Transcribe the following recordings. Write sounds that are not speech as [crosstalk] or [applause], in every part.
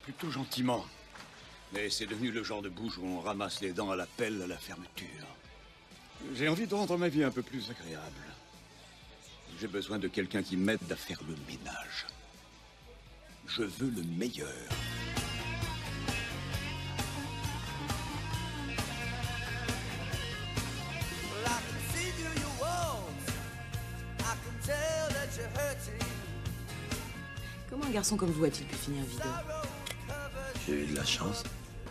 Plutôt gentiment. Mais c'est devenu le genre de bouche où on ramasse les dents à la pelle à la fermeture. J'ai envie de rendre ma vie un peu plus agréable. J'ai besoin de quelqu'un qui m'aide à faire le ménage. Je veux le meilleur. Well, I can see through your walls. I can tell that you're hurting. Comment un garçon comme vous a-t-il pu finir videur Sorrow covered. J'ai eu de la chance.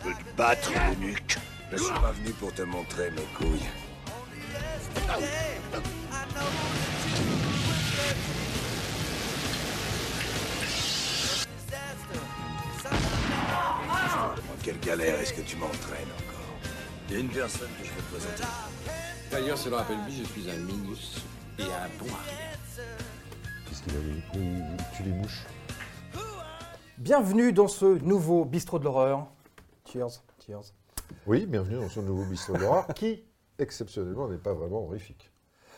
Je veux te battre, Lunuc. Je suis pas venu pour te montrer mes couilles. Only yesterday, I know that you were dirty. Disaster. Something En quelle galère est-ce que tu m'entraînes encore Il y a une personne que je vais te présenter. Ah, D'ailleurs, si je le rappelle bien, je suis un minus et un bon arrière. Qu'est-ce qu'il avait Euh, Tu les mouches. Bienvenue dans ce nouveau bistrot de l'horreur. Cheers, cheers. Oui, bienvenue dans ce nouveau bistrot d'horreur qui, exceptionnellement, n'est pas vraiment horrifique.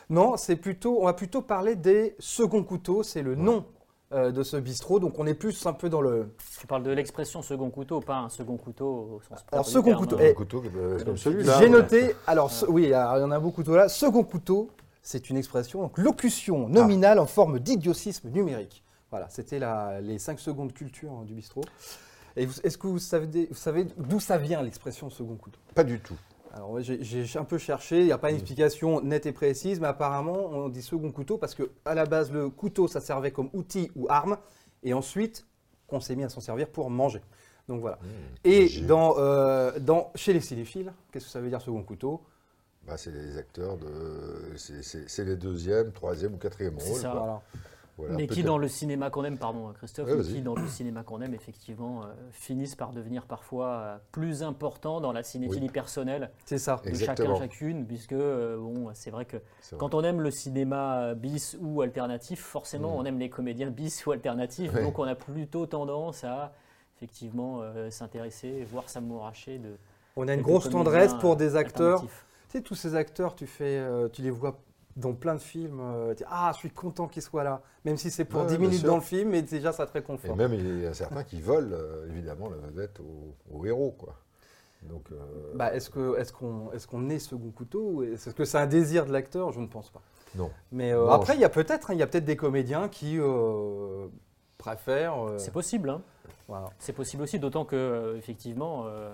Non, c'est plutôt, on va plutôt parler des seconds couteaux, c'est le nom euh, de ce bistrot, donc on est plus un peu dans le... Tu parles de l'expression second couteau, pas un second couteau au sens propre. Alors, du second terme, couteau, hein. eh, Un couteau euh, comme celui-là. J'ai voilà. noté, alors ce- oui, alors, il y en a beaucoup tout là, second couteau, c'est une expression, donc locution nominale en forme d'idiotisme numérique. Voilà, c'était la- les 5 secondes culture hein, du bistrot. Et vous- est-ce que vous savez, vous savez d'où ça vient l'expression second couteau Pas du tout. Alors ouais, j'ai- j'ai un peu cherché, il n'y a pas une explication nette et précise, mais apparemment on dit second couteau parce que à la base le couteau ça servait comme outil ou arme, et ensuite qu'on s'est mis à s'en servir pour manger. Donc Mmh, voilà. et manger. dans, euh, dans- chez les cinéphiles, qu'est-ce que ça veut dire second couteau Bah, c'est les acteurs de. C'est c'est- c'est les deuxième, troisième ou quatrième C'est rôles. ça. quoi. Voilà. Voilà, mais qui Ah, peut-être. dans le cinéma qu'on aime, pardon hein, Christophe, Ouais, mais vas-y. qui dans le cinéma qu'on aime effectivement euh, finissent par devenir parfois euh, plus importants dans la cinéphilie personnelle C'est ça. de Exactement. chacun chacune, puisque euh, bon, c'est vrai que C'est vrai. quand on aime le cinéma euh, bis ou alternatif, forcément on aime les comédiens bis ou alternatifs, Mm. Ouais. donc on a plutôt tendance à effectivement euh, s'intéresser, voir s'amouracher de On a une de grosse comédiens, tendresse pour euh, des acteurs. alternatifs. Tu sais, tous ces acteurs, tu, fais, euh, tu les vois dans plein de films, euh, tu dis, ah, je suis content qu'ils soient là, même si c'est pour Ouais, 10 bien minutes sûr. dans le film, mais déjà ça te Et réconforte. même, il y a certains qui volent, euh, évidemment, la vedette au, au héros, quoi. Donc, euh, Bah, est-ce que est-ce qu'on est-ce qu'on est second couteau ou Est-ce que c'est un désir de l'acteur Je ne pense pas. non. Mais euh, Non, après, je- il y a peut-être, hein, il y a peut-être des comédiens qui euh, préfèrent. euh, C'est possible, hein. voilà. C'est possible aussi, d'autant que, euh, effectivement, euh,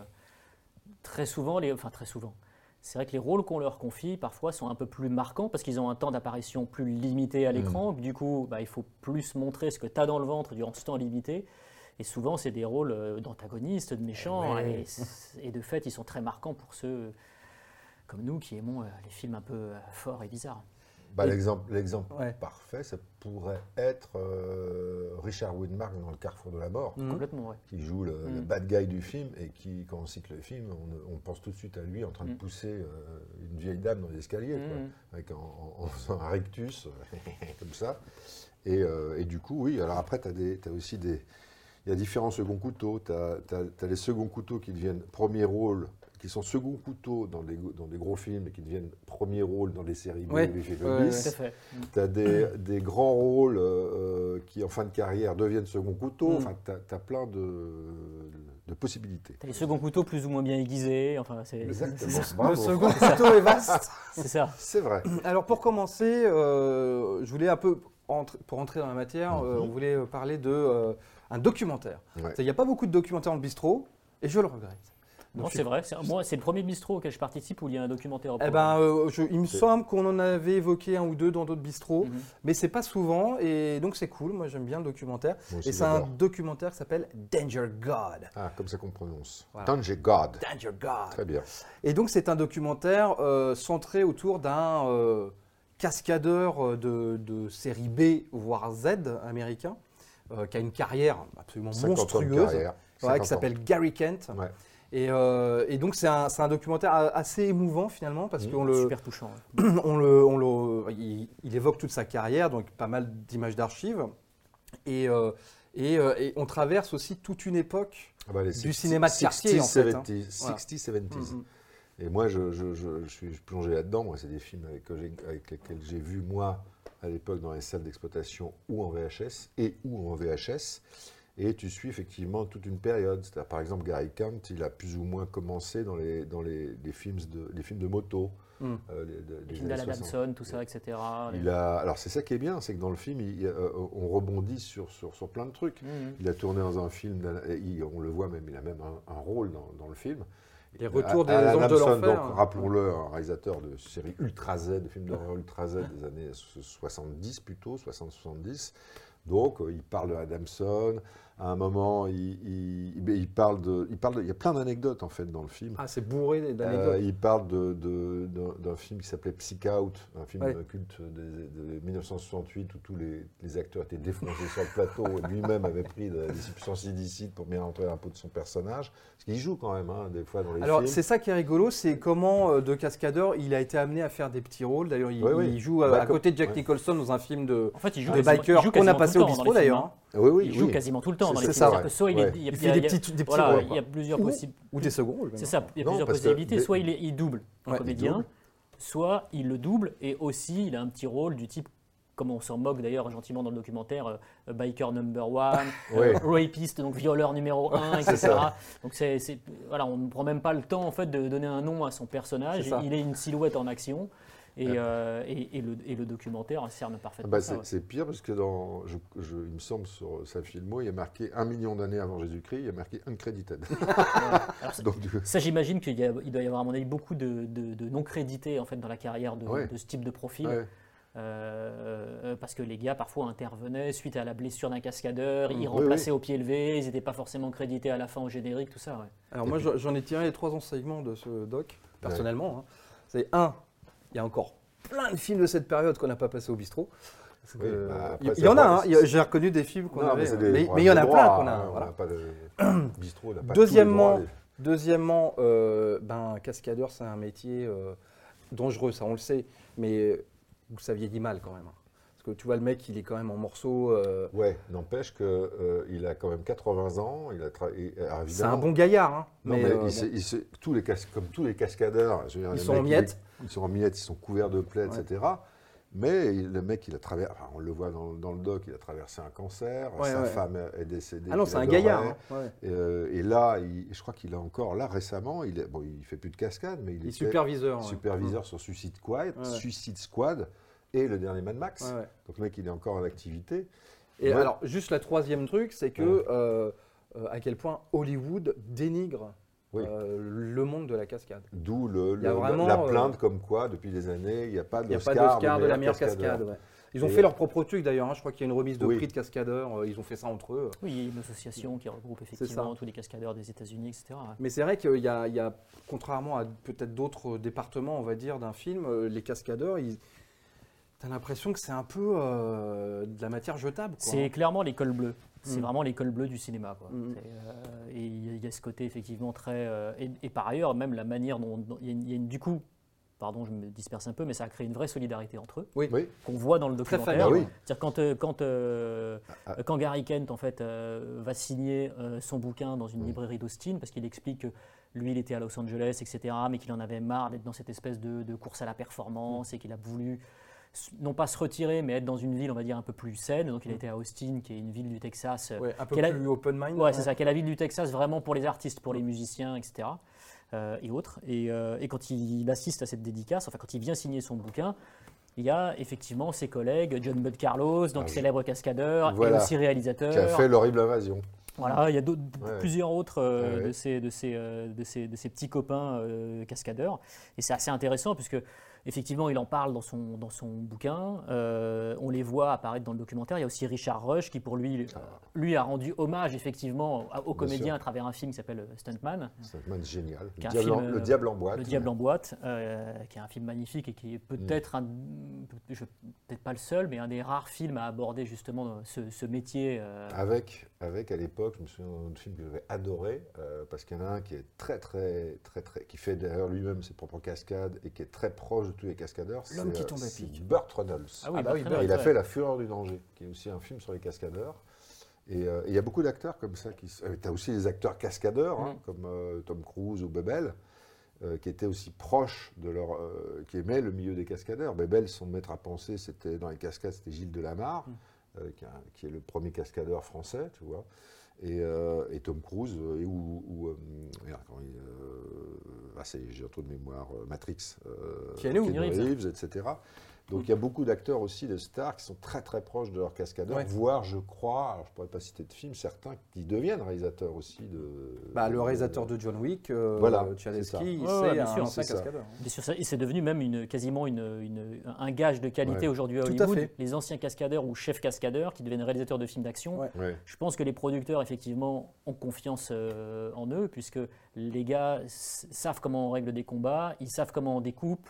très souvent, les, enfin très souvent, c'est vrai que les rôles qu'on leur confie parfois sont un peu plus marquants parce qu'ils ont un temps d'apparition plus limité à l'écran. Du coup, bah, il faut plus montrer ce que tu as dans le ventre durant ce temps limité. Et souvent, c'est des rôles euh, d'antagonistes, de méchants. Ouais. Et, s- et de fait, ils sont très marquants pour ceux comme nous qui aimons euh, les films un peu euh, forts et bizarres. Bah, l'exemple, l'exemple Ouais. parfait, ça pourrait être euh, Richard Widmark dans Le Carrefour de la Mort, Mhm. Complètement, ouais. qui joue le, le Mm. bad guy du film et qui, quand on cite le film, on, on pense tout de suite à lui en train de Mm. pousser euh, une vieille dame dans l'escalier, quoi, Mm. avec en, en- en faisant un rectus, comme ça. Et, euh, et du coup, oui, alors après, tu as, aussi des. Il y a différents seconds couteaux. Tu as, les seconds couteaux qui deviennent premier rôle, qui sont seconds couteaux dans les, dans les gros films et qui deviennent premier rôle dans les séries B Ouais. ou les films Ouais, bis. Tout à fait. Tu as des, Mm. des grands rôles euh, euh, qui, en fin de carrière, deviennent second couteau. Mm. Enfin, tu as, plein de, de possibilités. T'as les seconds couteaux plus ou moins bien aiguisés. Enfin, c'est Exactement. Le Bravo. [laughs] second Mm. couteau est vaste. [laughs] c'est ça. C'est vrai. Alors pour commencer, euh, je voulais un peu entr- pour entrer dans la matière, euh, on voulait euh, parler de euh, un documentaire. Mhm. Ouais. Il n'y a pas beaucoup de documentaires dans le bistrot, et je le regrette. Non, Donc, c'est vrai. c'est- Moi, c'est le premier bistrot auquel je participe où il y a un documentaire. au Eh programme. ben, euh, je- il me semble qu'on en avait évoqué un ou deux dans d'autres bistrots, Mhm. mais c'est pas souvent, et donc c'est cool. Moi, j'aime bien le documentaire. Moi aussi, Et c'est un j'adore. documentaire qui s'appelle Danger God. Ah, comme ça qu'on prononce. Voilà. Danger God. Danger God. Très bien. Et donc, c'est un documentaire euh, centré autour d'un euh, cascadeur euh, de, de série B, voire Z, américain, euh, qui a une carrière absolument 50 ans de monstrueuse, carrière. ouais, 50 ans. qui s'appelle Gary Kent. Ouais. Et, euh, et donc, c'est un, c'est un documentaire a- assez émouvant, finalement, Mmh. parce qu'on le... euh, Super touchant. hein. ouais. [clears throat] on le, on le- il, il évoque toute sa carrière, donc pas mal d'images d'archives. Et, euh, et, euh, et on traverse aussi toute une époque. Ah bah, les du cinéma de quartier, en fait, hein. 70s, Voilà. 60s, Mmh, 70s. Et moi, je, je- je- je suis plongé là-dedans. Moi, c'est des films avec, que j'ai- avec lesquels j'ai vu, moi, à l'époque, dans les salles d'exploitation ou en VHS, et ou en VHS. Et tu suis effectivement toute une période. C'est-à-dire, par exemple, Gary Kent, il a plus ou moins commencé dans les, dans les, les films, de, les films de moto. Mm. euh, les- de- Hmm. Les des films d'Alan années 60. Adamson, tout ça, etc. Il a... Alors c'est ça qui est bien, c'est que dans le film, il- euh, on rebondit sur, sur, sur plein de trucs. Mhm. Il a tourné dans un film, d'Alan- et il- on le voit même, il a même un, un rôle dans, dans le film. Les retours des Alan anges de Adamson, l'enfer. hein. donc, Rappelons-le, un réalisateur de séries Ultra Z, de films d'horreur Ultra Z des années 70 plutôt, 60-70. Donc euh, il parle de Adamson, à un moment il, il- il parle de... Il, parle de- il y a plein d'anecdotes en fait dans le film. Ah, c'est bourré Euh, d'anecdotes. il parle de- de- d'un d'un film qui s'appelait Psych Out, un film Ouais. de culte de, de 1968 où tous les, les acteurs étaient défoncés sur le plateau et lui-même avait pris de- des substances illicites pour bien rentrer dans la peau de son personnage. Parce qu'il joue quand même, hein, des fois, dans les Alors, c'est films. ça qui est rigolo, c'est comment, euh, de cascadeur, il a été amené à faire des petits rôles. D'ailleurs, il, Ouais, ouais. il joue euh, à, Bah, à comme- côté de Jack ouais. Nicholson dans un film de, En fait, il joue de quasiment- il biker joue Ah, qu'on a quasiment passé tout le au temps dans bistrot, les films, d'ailleurs. hein. hein. Ah Oui, oui, il joue oui. quasiment tout le temps dans C'est les films. ça, C'est-à-dire ouais. que soit Ouais. il, est- Il y a- fait y a- des petits, des petits voilà, rôles. il y a plusieurs Ou- possibilités. Ou des seconds rôles. même. C'est ça, il y a Non, plusieurs parce que possibilités. les- Soit il, est- il double un Ouais, il comédien, double. soit il le double et aussi il a un petit rôle du type, comme on s'en moque d'ailleurs gentiment dans le documentaire, euh, euh, biker number one, [laughs] Ouais. euh, rapist, donc violeur numéro [laughs] un, etc. ça. donc c'est, c'est- voilà, on ne prend même pas le temps en fait de donner un nom à son personnage. C'est ça. Il est une silhouette en action. Et, euh, et- et le, et le documentaire cerne parfaitement Bah, ça, Ah c'est ouais. c'est pire parce que dans, je, je- il me semble sur sa filmo, il y a marqué un million d'années avant Jésus-Christ, il y a marqué [laughs] uncredited. [laughs] Alors, c'est- Donc, du- Ça, j'imagine qu'il y a- il doit y avoir, à mon avis, beaucoup de, de- de non-crédités en fait, dans la carrière de, Ouais. de ce type de profil. ouais. Euh, euh, parce que les gars, parfois, intervenaient suite à la blessure d'un cascadeur, Oui, ils remplaçaient au pied levé, ils n'étaient pas forcément crédités à la fin au générique, tout ça. ouais. Alors moi, j'en ai tiré les trois enseignements de ce doc, personnellement. hein. C'est un, il y a encore plein de films de cette période qu'on n'a pas passé au bistrot. Parce que, Oui, bah, euh, après, il il y, c'est en vrai, a, hein. c'est- Il y a- j'ai reconnu des films qu'on Non, avait. mais c'est euh, des Mais mais problèmes il y en de a droit, plein hein, qu'on a. on voilà. n'a pas [clears throat] le- bistrot, n'a pas tous les Deuxièmement, droits, les- Deuxièmement, euh, ben, cascadeur, c'est un métier euh, dangereux, ça on le sait, mais euh, vous ça vieillit mal quand même. hein. Parce que tu vois, le mec, il est quand même en morceaux. euh, Ouais, n'empêche qu'il a quand même 80 ans. Il a tra- et, euh, alors, c'est un évidemment- bon gaillard, hein, Non, mais, mais, euh, il bon, s'est- il s'est- tous les cas- comme tous les cascadeurs, je veux dire, ils les sont en mecs, miettes. Ils, ils sont en miettes, ils sont couverts de plaies, Ouais. etc. Mais il- le mec, il a traversé, enfin, on le voit dans, dans le doc, il a traversé un cancer, Ouais, sa ouais. femme est décédée. Ah non, qu'il c'est un adorait. gaillard. hein, ouais. Et, euh, et là, il- je crois qu'il a encore, là récemment, il, est- bon, il fait plus de cascade, mais il, Il est était superviseur. hein. ouais. superviseur sur Suicide, Squad, Ouais, ouais. Suicide Squad et le dernier Mad Max. Ouais, ouais. Donc le mec, il est encore en activité. Et Ouais. alors, juste la troisième truc, c'est que Ouais. euh, euh, à quel point Hollywood dénigre Oui. euh, le monde de la cascade. D'où le, Il y a le- vraiment, la euh, plainte comme quoi, depuis des années, il n'y a pas Il n'y a d'Oscar pas d'Oscar de la meilleur meilleure cascadeur. cascade. ouais. Ils ont Et- fait leur propre truc d'ailleurs. hein. Je crois qu'il y a une remise de Oui. prix de cascadeurs. euh, ils ont fait ça entre eux. Oui, il y a une association qui regroupe effectivement tous les cascadeurs des États-Unis, etc. ouais. Mais c'est vrai qu'il y a, il y a, contrairement à peut-être d'autres départements, on va dire, d'un film, euh, les cascadeurs, ils... t'as l'impression que c'est un peu euh, de la matière jetable. quoi. hein. C'est clairement l'école bleue. C'est Mm. vraiment l'école bleue du cinéma. quoi. Mm. C'est, euh, et il y a- il y, a ce côté effectivement très. euh, et, et par ailleurs, même la manière dont. dont- Il y a une- il y a une- du coup, pardon, je me disperse un peu, mais ça a créé une vraie solidarité entre eux. Oui. Oui. Qu'on voit dans le Très documentaire. familial. C'est-à-dire quand, euh, quand, euh, Bah Ah, ah. quand Gary Kent en fait, euh, va signer euh, son bouquin dans une Mm. librairie d'Austin, parce qu'il explique que lui, il était à Los Angeles, etc., mais qu'il en avait marre d'être dans cette espèce de, de course à la performance Mm. et qu'il a voulu s- non pas se retirer, mais être dans une ville, on va dire, un peu plus saine. Donc il a Mm. été à Austin, qui est une ville du Texas. euh, Ouais, un peu Quel a- plus hein. open mind. euh. Ouais, c'est ça, qui est la ville du Texas vraiment pour les artistes, pour les musiciens, etc. euh, et autres. Et, euh, et quand il assiste à cette dédicace, enfin quand il vient signer son bouquin, il y a effectivement ses collègues, John Bud Carlos, donc Ah, je- célèbre cascadeur Voilà. et aussi Euh, réalisateur. Qui a fait l'horrible invasion. Voilà, Ah, il y a d'autres- Ouais. plusieurs autres euh, Ouais, ouais. de, ces, de, ces, euh, de, ces, de ces petits copains euh, cascadeurs. Et c'est assez intéressant puisque, effectivement, il en parle dans son, dans son bouquin. Euh, on les voit apparaître dans le documentaire. Il y a aussi Richard Rush qui, pour lui, euh, lui a rendu hommage, effectivement, Ah. Bien à- aux sûr. comédiens à travers un film qui s'appelle euh, Stuntman, C'est un man génial. Qui est Le un diable, en, film, le euh, diable en boîte. Le Diable en boîte, euh, qui est un film magnifique et qui Mm. est peut-être, un- je- peut-être pas le seul, mais un des rares films à aborder justement ce, ce métier. euh, Ah. Avec, avec à l'époque, je me souviens d'un autre film que j'avais adoré, euh, parce qu'il y en a un qui est très, très, très, très. qui fait d'ailleurs lui-même ses propres cascades et qui est très proche de tous les cascadeurs. L'homme c'est, qui euh, tombe à c'est pic. Burt Reynolds. Ah oui, bah oui, très bah, bien, il a ouais. fait La Fureur du Danger, qui est aussi un film sur les cascadeurs. Et euh, et il y a beaucoup d'acteurs comme ça. qui Tu as aussi des acteurs cascadeurs, hein, Mm. comme euh, Tom Cruise ou Bebel, euh, qui étaient aussi proches de leur. euh, qui aimaient le milieu des cascadeurs. Bebel, son maître à penser, Mm. c'était dans les cascades, c'était Gilles Delamarre, euh, qui, a- qui est le premier cascadeur français, tu vois. Et, euh, et Tom Cruise, euh, et ou. ou, euh, merde, comment il- euh, ah, ça y est, j'ai un trou de mémoire, euh, Matrix, euh, Keanu Reeves. Reeves, etc. Donc il y a beaucoup d'acteurs aussi, de stars, qui sont très très proches de leurs cascadeurs, Ouais. voire, je crois, alors je pourrais pas citer de films, certains qui deviennent réalisateurs aussi de. Bah, le réalisateur de John Wick, euh, Voilà, c'est ça. Tchaikovsky, Ouais, ouais, c'est bien un sûr. C'est ancien ça. cascadeur. hein. Bien sûr, ça- et c'est devenu même une, quasiment une- une- un gage de qualité Ouais. aujourd'hui à Tout à Hollywood. fait. Les anciens cascadeurs ou chefs cascadeurs qui deviennent réalisateurs de films d'action. Ouais. Ouais. Je pense que les producteurs, effectivement, ont confiance euh, en eux, puisque les gars s- savent comment on règle des combats, ils savent comment on découpe.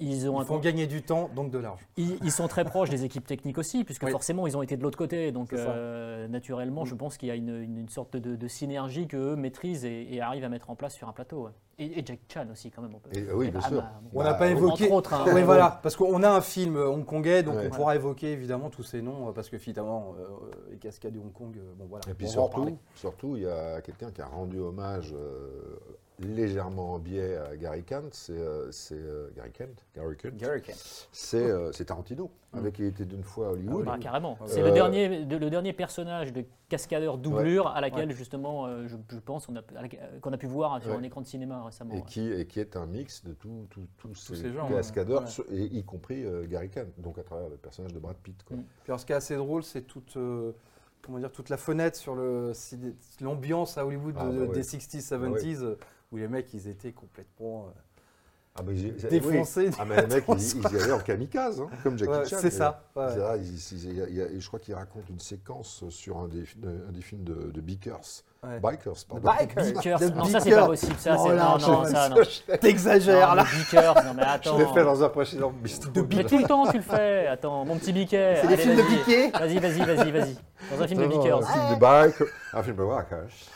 Ils, ont Ils un font con- gagner du temps, donc de l'argent. ils, ils sont très proches des équipes techniques aussi, puisque Oui. forcément, ils ont été de l'autre côté. Donc, C'est ça. Mm. euh, naturellement, je pense qu'il y a une, une- une sorte de, de synergie qu'eux maîtrisent et, et arrivent à mettre en place sur un plateau. ouais. Et, et Jack Chan aussi, quand même. on peut- Et- oui, et bien bah, sûr. bah, On Bah, n'a pas entre évoqué. autres, hein. Ouais, voilà, parce qu'on a un film euh, hongkongais, donc Ouais. on pourra évoquer évidemment tous ces noms, euh, parce que finalement, euh, les cascades de Hong Kong, euh, bon voilà. Et puis on va en reparler. surtout, surtout, il y a quelqu'un qui a rendu hommage euh, légèrement en biais à Gary Kent, c'est euh, c'est, euh, Gary Kent, Gary Kent, Gary Kent. c'est [laughs] euh, c'est Tarantino, avec qui il était d'une fois à Hollywood. Bah, carrément. Mm. Ah ouais. C'est le, Euh, dernier, de- le dernier personnage de cascadeur doublure à laquelle, justement, euh, je, je pense qu'on a, pu- à laquelle- euh, qu'on a pu voir sur Ouais. un écran de cinéma récemment. et, ouais. qui, et qui est un mix de tout- tout- tous ces, ces gens, cascadeurs, ouais. so- et y compris euh, Gary Kent, donc à travers le personnage de Brad Pitt. Quoi. Mm. Puis alors, ce qui est assez drôle, c'est toute, euh, comment dire, toute la fenêtre sur le- si- l'ambiance à Hollywood Ah, de- bah ouais. des 60s, 70s, euh, où les mecs, ils étaient complètement euh, Ah, mais ils- ils- défoncés. oui. Ah, mais les [laughs] mecs, ils, Attention. ils y allaient en kamikaze, hein, comme Jackie Ouais, Chan. euh, c'est ça. ouais. C'est vrai, il- il- il y a- il y a- et je crois qu'il raconte une séquence sur un des, un des films de, de Bikers. Ouais. Bikers, pardon. Bikers. Beakers. The Non, ça, c'est pas Beakers. possible. Ça, Oh c'est... là, Non, non, je- ça, non. T'exagères, Non, là le Beakers, non, mais attends. Je l'ai fait dans un précédent bistrot. Mais tout le temps, tu le fais. Attends, mon petit biquet. C'est des Allez, films de vas-y. biquet Vas-y, vas-y, vas-y, vas-y. Dans un film de Non, non, Beakers. Un film de Bikers. Un film de Bikers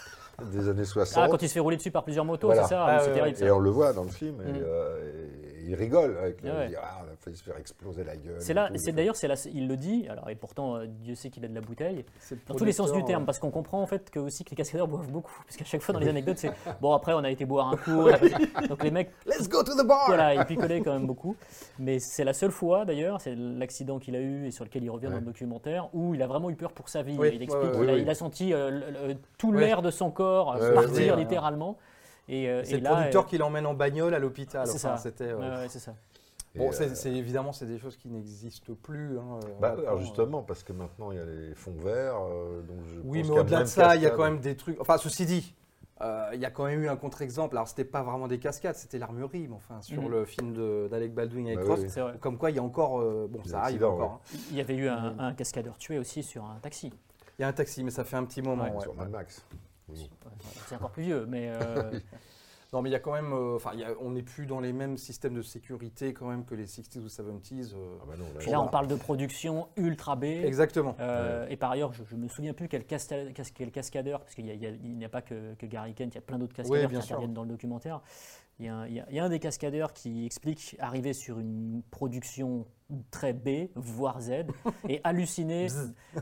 des années 60. Ah, quand il se fait rouler dessus par plusieurs motos, Voilà. c'est ça Ah, mais C'est ouais, terrible, ça. Et on le voit dans le film, et, Mm. euh, et il rigole avec le. Ah ouais. il dit, Ah, on a failli se faire exploser la gueule. C'est et là, tout. c'est d'ailleurs, c'est là, il le dit. Alors et pourtant, euh, Dieu sait qu'il a de la bouteille. C'est le Dans tous les sens du producteur, terme, euh, parce qu'on comprend en fait que aussi que les cascadeurs boivent beaucoup, parce qu'à chaque fois dans les [laughs] anecdotes, c'est bon après on a été boire un coup, on a passé- donc les mecs, Let's go to the bar voilà, ils picolaient quand même beaucoup. Mais c'est la seule fois d'ailleurs, c'est l'accident qu'il a eu et sur lequel il revient dans Ouais. le documentaire où il a vraiment eu peur pour sa vie. Oui, il ouais, ouais, explique, qu'il a- il, a, oui, oui. senti euh, le- le- tout Ouais. l'air de son corps euh, Ouais, partir ouais, ouais, ouais. littéralement. Et, euh, et C'est le là, producteur euh, qui l'emmène en bagnole à l'hôpital. C'est Enfin, ça. c'était, euh, ouais, ouais, c'est ça. Et, Bon, euh, c'est, c'est- évidemment, c'est des choses qui n'existent plus. hein, euh, bah, maintenant, alors euh. justement, parce que maintenant il y a les fonds verts. euh, donc je Oui, pense mais qu'il y a au-delà plein de ça, il y a cascades. quand même des trucs. Enfin, ceci dit, euh, il y a quand même eu un contre-exemple. Alors, c'était pas vraiment des cascades, c'était l'armurerie, mais enfin, sur Mhm. le film de- d'Alec Baldwin avec Bah oui, Croft. oui. C'est vrai. Comme quoi, il y a encore. euh, bon, Des ça arrive accidents, encore. hein. Il y avait eu un, un cascadeur tué aussi sur un taxi. hein. Il y a un taxi, mais ça fait un petit moment. Ouais, ouais. Sur Mad Max. C'est encore plus vieux, mais euh, [laughs] Non, mais il y a quand même. euh, Enfin, il y a- on n'est plus dans les mêmes systèmes de sécurité quand même que les 60s ou 70s. euh. Ah bah non, là, Puis là, on Voilà. parle de production ultra B. Exactement. Euh, Et par ailleurs, je, je me souviens plus quel, casta- cas- quel cascadeur, parce qu'il y a- il y a- il n'y a, pas que, que Gary Kent, il y a plein d'autres cascadeurs bien qui sûr. interviennent dans le documentaire. Il y, a un, il y a- il y a un des cascadeurs qui explique arriver sur une production très B, [laughs] voire Z, et halluciner,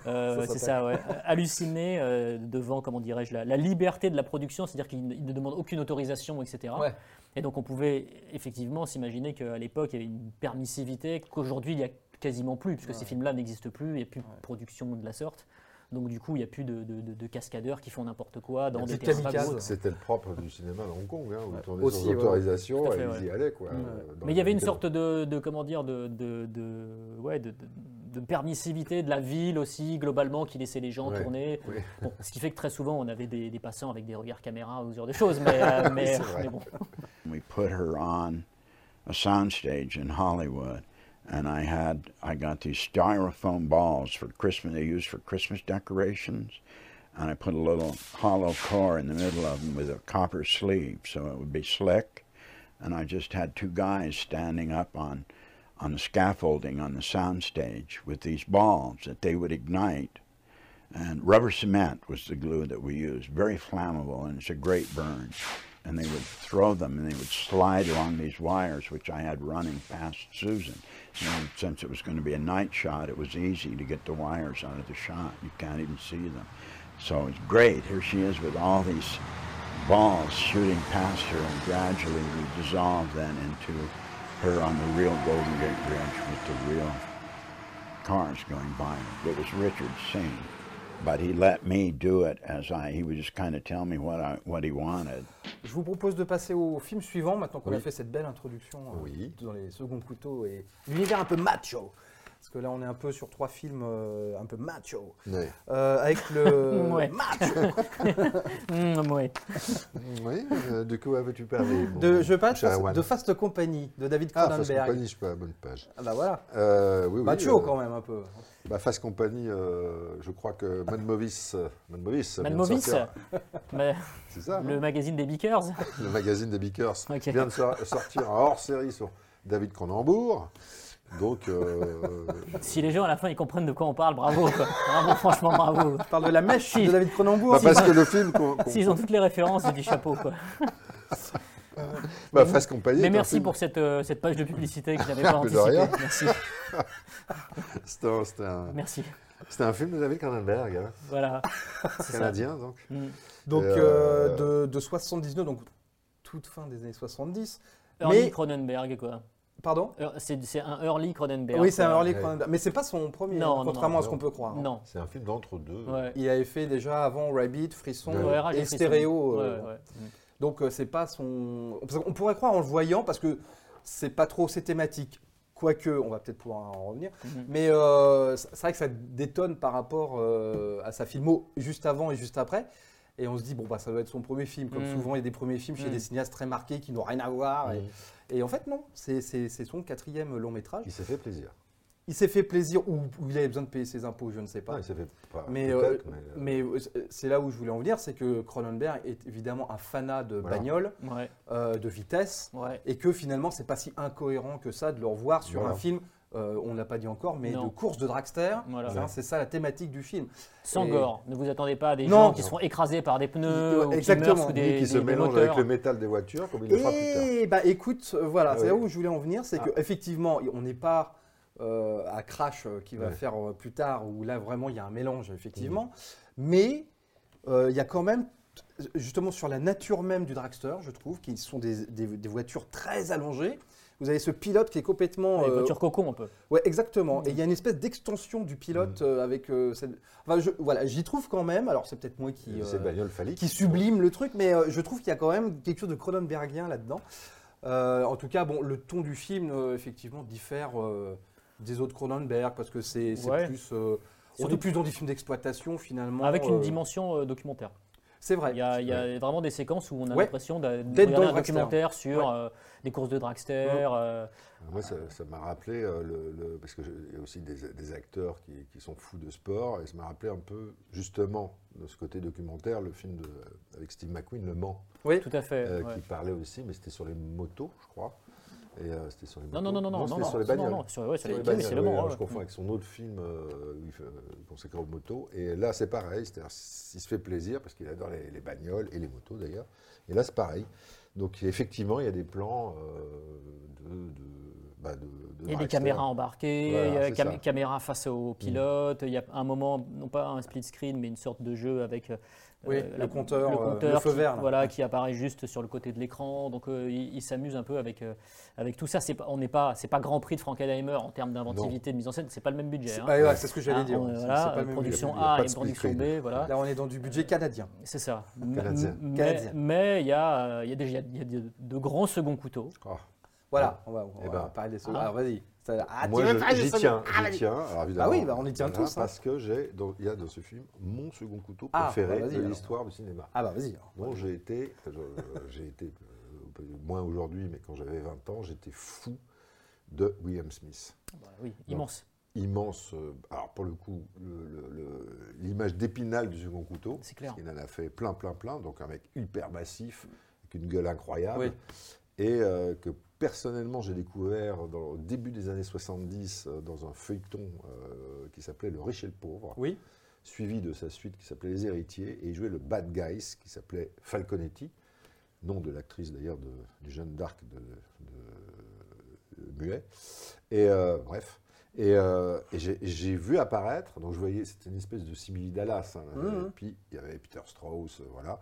euh, Ça c'est ça, ouais, halluciner euh, devant, comment dirais-je, la, la liberté de la production, c'est-à-dire qu'il ne il ne demande aucune autorisation, etc. Ouais. Et donc on pouvait effectivement s'imaginer qu'à l'époque, il y avait une permissivité qu'aujourd'hui, il n'y a quasiment plus, puisque ces Ouais. films-là n'existent plus, il n'y a plus de Ouais. production de la sorte. Donc du coup, il n'y a plus de, de- de- de cascadeurs qui font n'importe quoi dans Il y a plus de des terrains pas kamikazes. gros. C'était le propre du cinéma à Hong Kong, hein, où Ouais. tourner Aussi, sans ouais, ouais. autorisation, Tout à et fait, ils y allaient. Quoi, Mm. euh, dans Mais les il y avait une hôtels. sorte de, de- comment dire de, de- de- ouais, de- de- de permissivité de la ville aussi globalement qui laissait les gens Ouais. tourner. Oui. Bon, ce qui fait que très souvent on avait des, des passants avec des regards caméra ou ce genre de choses, mais, euh, [laughs] mais- c'est vrai. mais bon. we put her on a soundstage in Hollywood, and I had I got these styrofoam balls for Christmas. They used for Christmas decorations, and I put a little hollow core in the middle of them with a copper sleeve, so it would be slick. And I just had two guys standing up on on the scaffolding on the soundstage with these balls that they would ignite. And rubber cement was the glue that we used, very flammable, and it's a great burn. And they would throw them and they would slide along these wires, which I had running past Susan. And since it was going to be a night shot, it was easy to get the wires out of the shot. You can't even see them. So it's great. Here she is with all these balls shooting past her, and gradually we dissolve then into her on the real Golden Gate Bridge with the real cars going by. It was Richard's scene. But he let me do it as I. He would just kind of tell me what I what he wanted. Je vous propose de passer au film suivant, maintenant qu'on Oui. a fait cette belle introduction euh, Oui. dans les seconds couteaux et l'univers un peu macho. Parce que là, on est un peu sur trois films euh, un peu macho. Ouais. Euh, avec le [laughs] Ouais. macho Mmh, ouais. Oui, euh, de quoi veux-tu parler mon de, je parle de cher Fast- Erwan de Fast Company de David Ah, Fast Cronenberg. Company, je suis pas à la bonne page. Ah, bah voilà, Euh, oui, oui, macho euh, quand même un peu. Bah, Fast Company, euh, je crois que Mad Movies. euh, Mad Movies. vient de Mad Movies, sortir. bah, C'est ça, non le le... magazine des Beakers. magazine des Beakers. Ok. vient de sor- sortir un hors-série sur David Cronenbourg. Donc, [laughs] euh, Si les gens à la fin ils comprennent de quoi on parle, bravo. quoi. Bravo, [laughs] franchement, bravo. Je parle de la mèche Ah, Si. de David Cronenbourg. bah, parce que le film, qu'on- qu'on- S'ils ont toutes les références, je dis chapeau. Quoi. bah, Fast Company, est Mais un merci film- pour cette, euh, cette page de publicité que [laughs] je n'avais pas Mais de anticipée. rien. Merci. c'est un, c'est un- Merci. c'est un film de David Cronenberg, hein, Voilà. C'est ça. canadien donc. Donc Bah, Et, euh, euh, de, de 79, donc toute fin des années 70. Early Mais- Cronenberg, quoi. Pardon Eur- C'est c'est un Early Cronenberg. Oui, c'est un quoi. Early Ouais. Cronenberg. Mais c'est pas son premier, Non, hein, non, contrairement non. à ce qu'on peut croire. hein. Non. C'est un film d'entre-deux. Ouais. Il avait fait déjà avant Rabbit, Frisson Ouais. Ouais, Rage et Frisson. Stéréo. Ouais, euh, ouais. Donc euh, c'est pas son. parce qu'on pourrait croire en le voyant parce que c'est pas trop ses thématiques. Quoique, on va peut-être pouvoir en revenir. Mhm. Mais euh, c'est vrai que ça détonne par rapport euh, à sa filmo juste avant et juste après. Et on se dit, bon, bah, ça doit être son premier film. Comme Mhm. souvent, il y a des premiers films chez Mhm. des cinéastes très marqués qui n'ont rien à voir. euh, Et, et en fait, non, c'est c'est- c'est son quatrième long métrage. Il s'est fait plaisir. Il s'est fait plaisir ou, ou il avait besoin de payer ses impôts, je ne sais pas. Ah, il s'est fait pas. Mais, peut-être, euh, euh, Mais euh, c'est là où je voulais en venir, c'est que Cronenberg est évidemment un fanat de Voilà. bagnole, Ouais, euh, de vitesse, ouais. et que finalement c'est pas si incohérent que ça de le revoir sur Voilà. un film, euh, on ne l'a pas dit encore, mais Non. de course de dragster. Voilà. Hein, c'est ça la thématique du film. Sans Et- gore. Ne vous attendez pas à des Non. gens qui seront écrasés par des pneus Ouais, ou qui exactement. meurent sous Lui des, qui se des- des mélange moteurs. avec le métal des voitures, comme il le fera plus tard. Et bah écoute, euh, voilà, Ah c'est là oui. où je voulais en venir, c'est qu'effectivement, on n'est pas euh, à Crash euh, qui va Ouais. Mmh. faire euh, plus tard, où là vraiment il y a un mélange, effectivement. Mais euh, il y a quand même, justement sur la nature même du dragster, je trouve, qui sont des, des- des voitures très allongées. Vous avez ce pilote qui est complètement. Des euh, Ah, voitures cocon un peu. Ouais, exactement. Et il y a une espèce d'extension du Mm. pilote euh, avec euh, cette. Enfin, je- voilà, j'y trouve quand même. Alors, c'est peut-être moi qui. Et euh, C'est bagnole phallique. qui sublime le truc, mais euh, je trouve qu'il y a quand même quelque chose de Cronenbergien là-dedans. Euh, en tout cas, bon, le ton du film, euh, effectivement, diffère euh, des autres Cronenberg parce que c'est c'est Ouais. plus. euh, on est Surtout- plus dans des films d'exploitation finalement. Avec une euh, dimension euh, documentaire. C'est vrai. Il y a, il y a vraiment des séquences où on a Ouais. l'impression d'a- de D'être dans regarder le un dragster. documentaire sur Ouais. euh, des courses de dragster. euh, Moi, ça ça m'a rappelé, euh, le, le- parce qu'il y a aussi des, des acteurs qui, qui sont fous de sport, et ça m'a rappelé un peu, justement, de ce côté documentaire, le film de, avec Steve McQueen, Le Mans, Oui. tout à fait. euh, ouais. qui parlait aussi, mais c'était sur les motos, je crois. Et euh, c'était sur les motos. Non, non, non, non, non, non, c'était non, sur les non, bagnoles. non, sur, ouais, sur les Oui, bagnoles, bah, c'est oui, le hein. bon. hein, alors ouais. Je confonds avec son autre film euh, où il fait, euh, consacré aux motos. Et là, c'est pareil. C'est-à-dire, il se fait plaisir parce qu'il adore les, les bagnoles et les motos d'ailleurs. Et là, c'est pareil. Donc, effectivement, il y a des plans euh, de, de, bah, de- de Il y a des dragster. caméras embarquées, Voilà, il y a c'est cam- ça. caméras face au pilote, il y a un moment, non pas un split screen, mais une sorte de jeu avec euh, Oui, euh, le compteur, euh, le feu qui, vert, là. voilà, qui apparaît juste sur le côté de l'écran. Donc euh, il, il s'amuse un peu avec, euh, avec tout ça. C'est pas, on n'est pas, c'est pas Grand Prix de Frankenheimer en termes d'inventivité, de mise en scène, c'est pas le même budget. C'est hein. ouais, Ah ouais, c'est ce que j'allais Hein, dire. on- C'est- voilà, c'est pas le même production budget. Il y a A pas et de split production B, screen. voilà. Là, on est dans du budget canadien. C'est ça. Canadien. M- Mais Canadien. mais il y a, euh, il y a déjà il y a de, de grands seconds couteaux. Ah. Voilà, on va, on Eh va ben. parler des secondes. Ah. Alors, vas-y. Ça- Ah, Moi, tu veux je- pas les j'y secondes tiens, Ah, vas-y. j'y tiens. Alors, évidemment, oui, bah, on y tient tous, hein. Parce que j'ai, dans- il y a dans ce film mon second couteau Ah, préféré bah, vas-y, de alors. l'histoire du cinéma. Ah, bah, vas-y. alors. Moi, j'ai été, je- [laughs] j'ai été euh, moins aujourd'hui, mais quand j'avais 20 ans, j'étais fou de William Smith. Voilà, oui, immense. immense. euh, alors pour le coup, le- le- le- l'image d'épinal du second couteau. C'est clair. Il en a fait plein, plein, plein. Donc un mec hyper massif, avec une gueule incroyable. Oui. Et euh, que personnellement, j'ai découvert dans, au début des années 70 euh, dans un feuilleton euh, qui s'appelait Le riche et le pauvre. Oui. Suivi de sa suite qui s'appelait Les héritiers. Et il jouait le bad guys qui s'appelait Falconetti. Nom de l'actrice d'ailleurs de, du jeune d'Arc de, de- de Muet. Et euh, bref. Et, euh, et j'ai- j'ai vu apparaître, donc je voyais, c'était une espèce de simili Dallas. hein, Mhm. Et puis il y avait Peter Strauss, euh, voilà.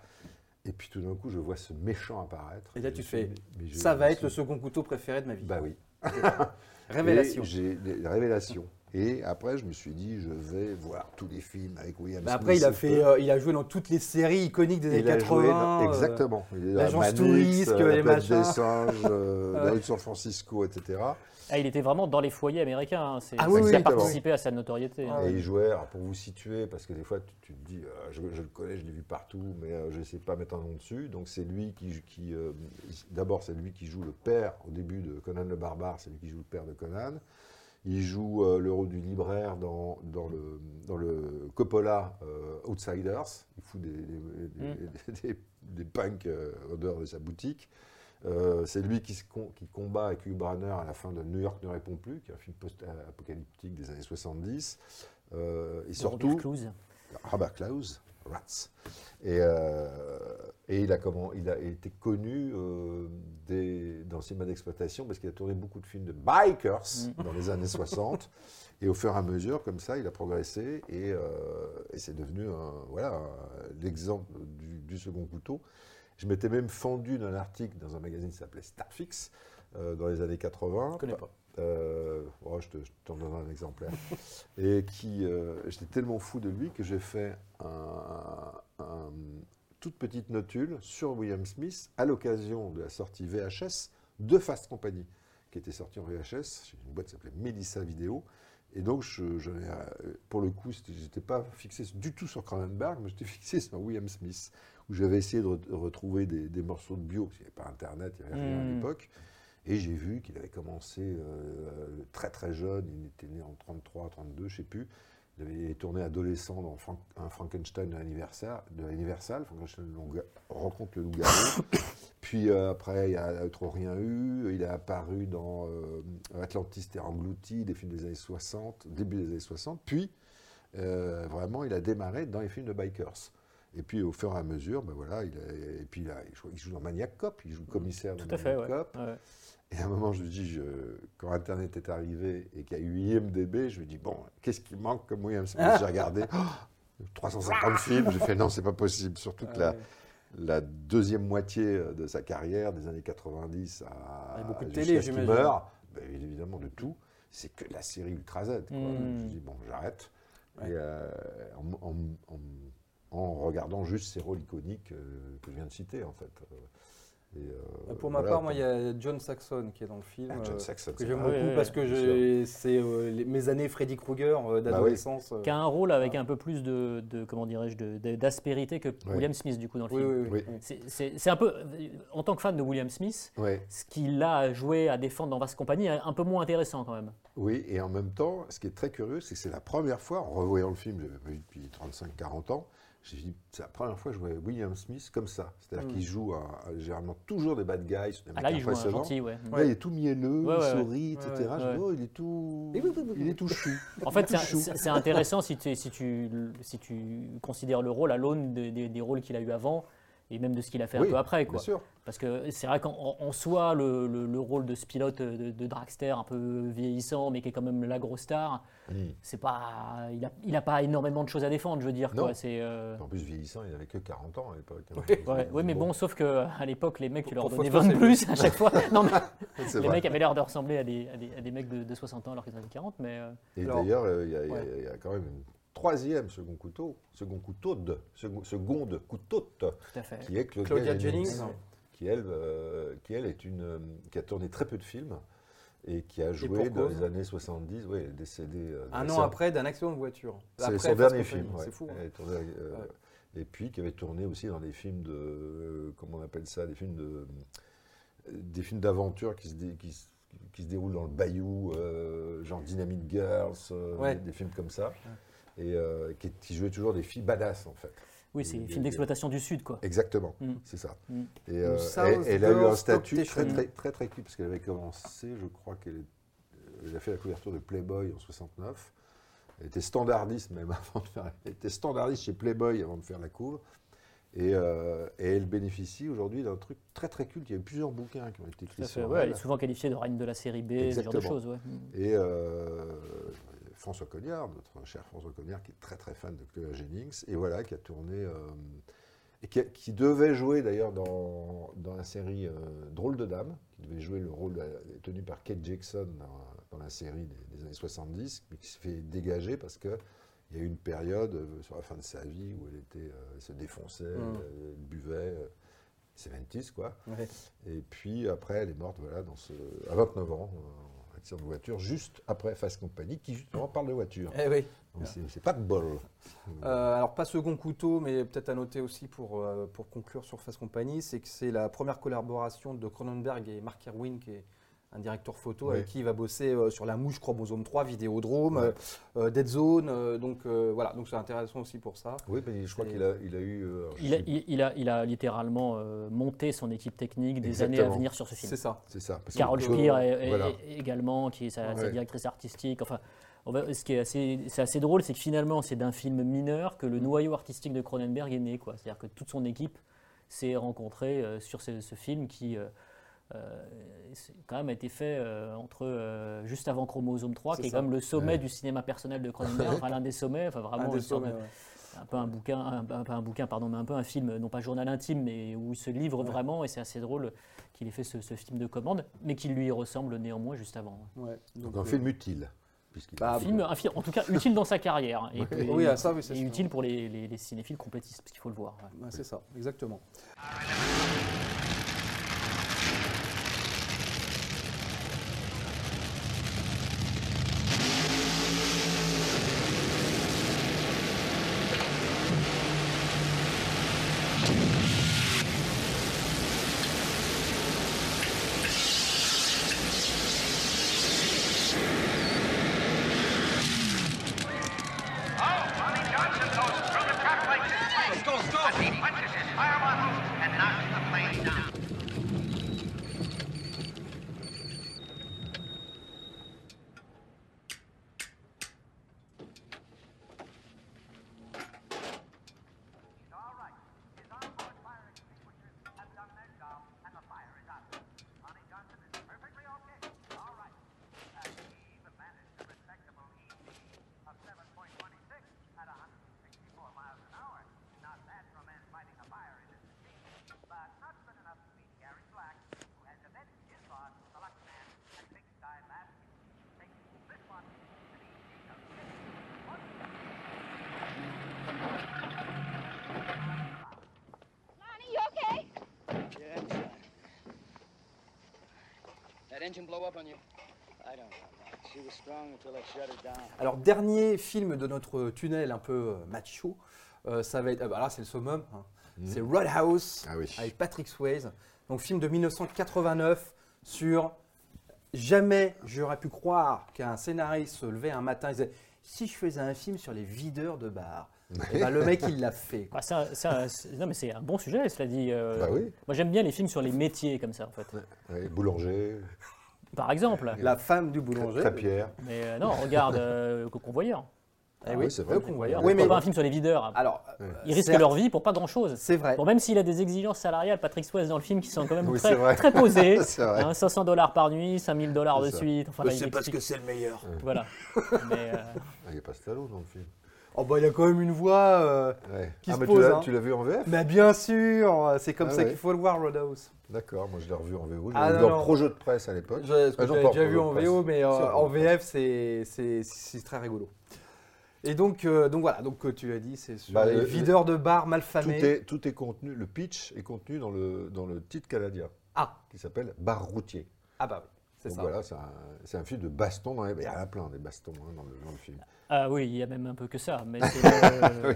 Et puis tout d'un coup, je vois ce méchant apparaître. Et là, Je tu me Bah fais, suis dit, mais- mais je- Ça va je être le suis- second couteau préféré de ma vie. Bah oui. Révélation. Et J'ai des révélations. Et après, je me suis dit, je vais voir tous les films avec William Bah Smith. après, il a, sauf fait, que- euh, il a joué dans toutes les séries iconiques des il années a 80. joué dans- euh, exactement. Il est dans l'agence Manix, touriste, euh, les la planète machins. des singes, [laughs] euh, la rue de San Francisco, etc. Ah, il était vraiment dans les foyers américains. hein. C'est Ah c'est oui, ce oui, qui a exactement. participé à sa notoriété. Ah hein. Et il jouait, alors, pour vous situer, parce que des fois, tu, tu te dis, euh, je, je le connais, je l'ai vu partout, mais euh, je ne sais pas mettre un nom dessus. Donc, c'est lui qui. qui euh, il- D'abord, c'est lui qui joue le père au début de Conan le Barbare, c'est lui qui joue le père de Conan. Il joue euh, le rôle du libraire dans, dans, le, dans le Coppola euh, Outsiders. Il fout des, des, Mm. des- [laughs] des- des punks euh, en dehors de sa boutique. Euh, c'est lui qui, se com- qui combat avec Hugh Branner à la fin de New York ne répond plus, qui est un film post-apocalyptique des années 70. Euh, et surtout, Robert Clouse. Robert Klaus, Rats. Et, euh, et il, a comment, il a été connu euh, des- dans le cinéma d'exploitation parce qu'il a tourné beaucoup de films de bikers Mm. dans les années [laughs] 60. Et au fur et à mesure, comme ça, il a progressé et, euh, et c'est devenu un- voilà, un- l'exemple du, du second couteau. Je m'étais même fendu d'un article dans un magazine qui s'appelait Starfix euh, dans les années 80. Je connais pas. je te- je t'en donnerai un exemplaire et qui, euh, j'étais tellement fou de lui que j'ai fait un, un- toute petite notule sur William Smith à l'occasion de la sortie VHS de Fast Company, qui était sortie en VHS chez une boîte qui s'appelait Melissa Vidéo. Et donc, je, je l'ai, euh, pour le coup, je n'étais pas fixé du tout sur Cronenberg, mais j'étais [laughs] fixé sur William Smith, où j'avais essayé de, re- retrouver des, des morceaux de bio, parce qu'il n'y avait pas Internet, il n'y avait rien à Mm. l'époque. Et j'ai vu qu'il avait commencé euh, très très jeune, il était né en 33, 32, je sais plus. Il avait tourné adolescent dans Fran- un Frankenstein de l'anniversaire, de l'Universal, Frankenstein le loup- rencontre le loup-garou. [coughs] Puis euh, après, il n'y a trop rien eu. Il est apparu dans euh, Atlantis Terre engloutie, des films des années 60, début des années 60. Puis, euh, vraiment, il a démarré dans les films de bikers. Et puis, au fur et à mesure, ben voilà, il a- et puis là, je crois qu'il joue dans Maniac Cop, il joue commissaire dans Tout à fait, Maniac ouais. Cop. Ouais. Et à un moment, je me dis, je- quand Internet est arrivé et qu'il y a eu IMDB, je me dis, bon, qu'est-ce qui manque comme [laughs] William Smith J'ai regardé oh, 350 films, j'ai fait, non, c'est pas possible. euh, Surtout que la, la deuxième moitié euh, de sa carrière, des années 90 à. Il y a beaucoup de jusqu'à télé, ce qu'il j'imagine. meure, ben, évidemment, de tout, c'est que de la série Ultra Z. quoi. Mm. Hmm. Je me dis, bon, j'arrête. Et, euh, en, en- en- en regardant juste ces rôles iconiques euh, que je viens de citer, en fait. Et, euh, Ah, Pour ma voilà, part, moi, il y a John Saxon qui est dans le film. Ah, John euh, Saxon, que c'est j'aime un- beaucoup oui, oui, parce que bien Bah j'ai- c'est euh, les- mes années Freddy Krueger euh, d'adolescence. euh. Qui a un rôle avec un peu plus de, de- comment dirais-je de- de- d'aspérité que William Smith du coup dans le Oui, film. oui, oui. Oui. C'est- C'est c'est un peu, en tant que fan de William Smith, Ouais. ce qu'il a joué à défendre dans Vaste Compagnie est un peu moins intéressant quand même. Oui, et en même temps, ce qui est très curieux, c'est que c'est la première fois, en revoyant le film, je l'avais pas vu depuis 35-40 ans, j'ai dit, c'est la première fois que je vois William Smith comme ça. C'est-à-dire qu'il joue un- un- généralement toujours des bad guys, des mecs Mm. Ah, Là, il joue un impressionnants. gentil, ouais. Là, il est tout mielleux, Ouais, ouais, il sourit, etc. Ouais, Je me dis, ouais. oh, il est tout. Et oui, oui, oui, Il est tout [laughs] chou. En fait, c'est- c'est c'est intéressant si tu, si, tu, si tu considères le rôle à l'aune des, des- des rôles qu'il a eu avant et même de ce qu'il a fait un Oui, peu après. Quoi. Bien sûr. Parce que c'est vrai qu'en en- en soi, le, le- le rôle de ce pilote euh, de, de Dragster, un peu vieillissant, mais qui est quand même la grosse star, Mm. c'est pas, il n'a il a pas énormément de choses à défendre, je veux dire. Non. quoi. C'est, euh, En plus, vieillissant, il n'avait que 40 ans à l'époque. hein. ouais, ouais, mais bon, sauf qu'à l'époque, les mecs, tu leur Pour- pour donnais Fosco, 20 de plus à [laughs] chaque fois. Non, mais c'est les vrai. mecs avaient l'air de ressembler à des, à des- à des mecs de, de 60 ans alors qu'ils en avaient 40, mais... euh, Et Alors, d'ailleurs, euh, il y a- il y, a- ouais. il y a quand même une troisième second couteau, second couteau de, second, seconde couteau de, Tout à fait. qui est Claudia, Claudia Jennings. qui elle, euh, qui elle est une, euh, qui a tourné très peu de films et qui a joué pour dans cause. les années 70. Oui, elle est décédée. euh, Un dans- an après d'un accident de voiture. C'est Après son Fast dernier Company, film. ouais. C'est fou. hein. Elle est tournée, euh, Ouais. Et puis qui avait tourné aussi dans des films de, euh, comment on appelle ça, des films de, euh, des films d'aventure qui se dé- qui se- qui se déroulent dans le bayou, euh, genre Dynamite Girls, euh, Ouais. des, des films comme ça, et euh, qui, qui jouaient toujours des filles badass en fait. Oui, c'est Il y a- film d'exploitation du Sud, quoi. Exactement, Mm. c'est ça. Mm. Et euh, South elle, elle a eu un Girls statut très Competition. très très très cool parce qu'elle avait commencé, je crois qu'elle est- elle a fait la couverture de Playboy en 69. Elle était standardiste même [laughs] avant de faire, elle était standardiste chez Playboy avant de faire la couve. Et, euh, et elle bénéficie aujourd'hui d'un truc très très culte. Il y a eu plusieurs bouquins qui ont été Tout écrits à fait, sur ouais, elle elle. est souvent qualifiée de reine de la série B, ce genre de Exactement. choses. Ouais. Et euh, François Cognard, notre cher François Cognard, qui est très très fan de Claudia Jennings, et voilà, qui a tourné. euh, et qui, qui devait jouer d'ailleurs dans, dans la série euh, Drôle de Dame, qui devait jouer le rôle euh, tenu par Kate Jackson dans, dans la série des, des années 70, mais qui se fait dégager parce que il y a eu une période euh, sur la fin de sa vie où elle était, euh, elle se défonçait, elle, elle buvait, euh, 70s quoi. Ouais. Et puis après, elle est morte voilà, dans ce, à 29 ans, euh, en accident de voiture, juste après Fast Company, qui justement parle de voiture. Eh oui. Donc c'est- c'est pas de bol. Euh, alors pas second couteau, mais peut-être à noter aussi pour, euh, pour conclure sur Face Company, c'est que c'est la première collaboration de Cronenberg et Mark Erwin, qui est un directeur photo Oui. avec qui il va bosser euh, sur La Mouche, Chromosome 3, Vidéodrome, euh, euh, Dead Zone, euh, donc euh, voilà, donc c'est intéressant aussi pour ça. Oui, mais je crois C'est- qu'il a, il a eu. euh, alors, je Il a, sais- il, il a, il a littéralement euh, monté son équipe technique des années à Exactement. venir sur ce film. C'est ça. C'est ça. parce que Carole je- Spear est- est- voilà. est- également, qui est sa, sa Ouais. directrice artistique. Enfin, on va- ce qui est assez, c'est assez drôle, c'est que finalement, c'est d'un film mineur que le noyau artistique de Cronenberg est né. quoi. C'est-à-dire que toute son équipe s'est rencontrée euh, sur ce, ce film qui, euh, euh, c'est- quand même, a été fait euh, entre euh, juste avant Chromosome 3, C'est qui est ça. quand même le sommet Ouais. du cinéma personnel de Cronenberg, enfin, l'un des sommets, enfin vraiment Un des le sommet. sommets, ouais. un peu un bouquin, un, un- pas un bouquin, pardon, mais un peu un film, non pas journal intime, mais où il se livre vraiment, et c'est assez drôle qu'il ait fait ce, ce film de commande, mais qui lui ressemble néanmoins juste avant. Ouais. Donc, Donc un euh, film utile. puisqu'il- bah, Un film, un film, en tout cas utile dans sa carrière, et, puis- Oui, ah, ça, oui, c'est et sûr. utile pour les, les- les cinéphiles complétistes, parce qu'il faut le voir. ouais. ouais, c'est ça, exactement. Uh, E Lonnie, you okay? Yeah, I'm fine. That engine blow up on you? I don't know. man. She was strong until I shut her down. Alors, dernier film de notre tunnel un peu euh, macho, euh, ça va être. ah bah là, c'est le summum. hein. Mmh. C'est Roadhouse Ah oui. avec Patrick Swayze. Donc, film de 1989 sur. Jamais j'aurais pu croire qu'un scénariste se levait un matin et disait Si je faisais un film sur les videurs de bar, Eh ben, le mec, il l'a fait. [laughs] quoi. Ah, ça- ça- c'est- non, mais c'est un bon sujet, cela dit. euh, Bah oui. Moi, j'aime bien les films sur les métiers comme ça, en fait. Ouais, boulanger, Par exemple. La femme du boulanger. Trapierre. Mais euh, non, regarde euh, le convoyeur. Eh Ah oui, oui, c'est vrai. le convoyeur. Oui, Oui, mais- pas un film sur les videurs. Alors, Ils risquent certes, leur vie pour pas grand-chose. C'est vrai. Bon, même s'il a des exigences salariales, Patrick Swayze dans le film qui sont quand même Oui, c'est très, vrai. très [laughs] posées. C'est vrai. hein, 500 dollars par nuit, 5000 dollars de C'est ça. Mm. suite. Enfin, il C'est parce explique- que c'est le meilleur. [laughs] Voilà. Mais, euh, Ah, il n'y a pas Stallone dans le film. Oh, bah, il y a quand même une voix. euh, Ouais. Qui ah, se mais pose, tu l'as hein. tu l'as vu en VF Mais bien sûr, c'est comme Ah ça ouais. qu'il faut le voir, Roadhouse. D'accord, moi je l'ai revu en VO. Je l'ai Ah, vu non, dans non. Projet de presse à l'époque. Je, Ah, non, j'avais pas déjà vu en projet de Vo, presse. mais euh, Si, en projet de VF, c'est, c'est, c'est très rigolo. Et donc, euh, donc voilà, donc euh, tu as dit, c'est sur Bah, les le- videurs de bar mal presse. famés. Tout est, tout est contenu, le pitch est contenu dans le, dans le titre canadien Ah, qui s'appelle Bar routier. ah bah oui, c'est Donc ça. voilà, c'est un, c'est un film de baston. Dans les- Il y en a plein des bastons hein, dans, le, dans le film. ah oui, il y a même un peu que ça. [laughs] Mais c'est, euh,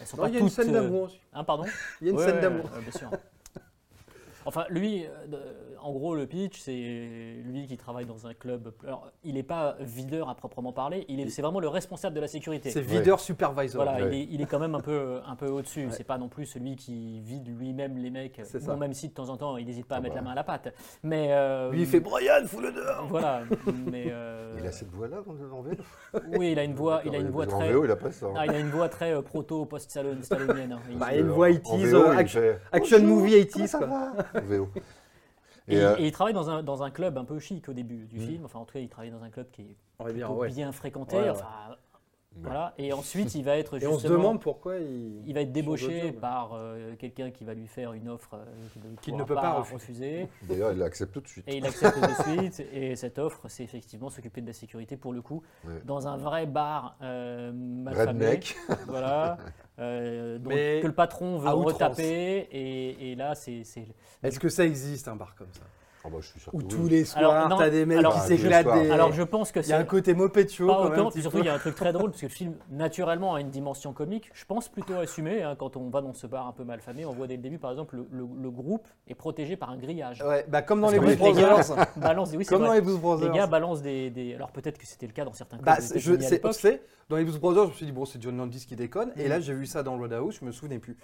elles sont Non, pas il y a une toutes, scène euh, d'amour aussi. Hein, pardon Il y a une Ouais, scène ouais, d'amour. euh, bien sûr. Enfin, lui, euh, de- en gros, le pitch, c'est lui qui travaille dans un club. Alors, il n'est pas videur à proprement parler, il est, c'est vraiment le responsable de la sécurité. C'est videur supervisor. Voilà, Ouais. il, est, il est quand même un peu, un peu au-dessus. C'est pas non plus celui qui vide lui-même les mecs. C'est Bon, ça. même si de temps en temps, il n'hésite pas à Ah mettre bah. la main à la pâte. Mais euh, Lui, il fait Brian, fous-le dehors voilà. mais euh, Il a cette voix-là dans le en VF oui, il a une voix, il a D'accord, une voix mais très, En VO, il a pas ça. hein. ah, il a une voix très euh, proto post stalonienne. hein. Il- Bah, Parce une que voix en- 80s, en VO, euh, il action- fait, action Bonjour, movie comment 80s, ça quoi. va En [laughs] VO. Et, Et, euh, Hmm. et il travaille dans un, dans un club un peu chic au début du film. Enfin, en tout cas, il travaille dans un club qui est On va dire, plutôt ouais. bien fréquenté. Ouais, ouais. Enfin, Voilà. Et ensuite, il va être [laughs] Et on justement. se demande pourquoi il. Il va être change de débauché job. par euh, quelqu'un qui va lui faire une offre euh, qu'il ne, Qu'il ne pourra peut pas refuser. refuser. D'ailleurs, il l'accepte tout de suite. Et il accepte de suite. Et cette offre, c'est effectivement s'occuper de la sécurité pour le coup, Ouais. dans un vrai bar euh, mal famé. Redneck. [laughs] Voilà. euh, donc, Mais que le patron veut à outrance. retaper. Et, et là, c'est. c'est- Est-ce que ça existe un bar comme ça Ah bah, je suis sûr Où que oui. tous les Alors, soirs, non, t'as des mecs alors- qui s'éclatent. Ah, des- Alors, je pense que Il y a un c'est. côté mopetio. Pas quand même, un autant, petit surtout peu. il y a un truc très drôle, parce que le film naturellement a une dimension comique, je pense plutôt assumée, hein, quand on va dans ce bar un peu mal famé, on voit dès le début par exemple le, le- le groupe est protégé par un grillage. Ouais, bah, comme dans les Parce Blues qu'en fait, les gars Brothers. Balance, oui, c'est Comme vrai. dans les Blues Les Brothers. gars balancent des, des- Alors peut-être que c'était le cas dans certains Bah, clubs aux c'est- je États-Unis à sais, l'époque. sais, dans les Blues Brothers, je me suis dit, bon, c'est John Landis qui déconne. Et là, j'ai vu ça dans Roadhouse, je me souvenais plus.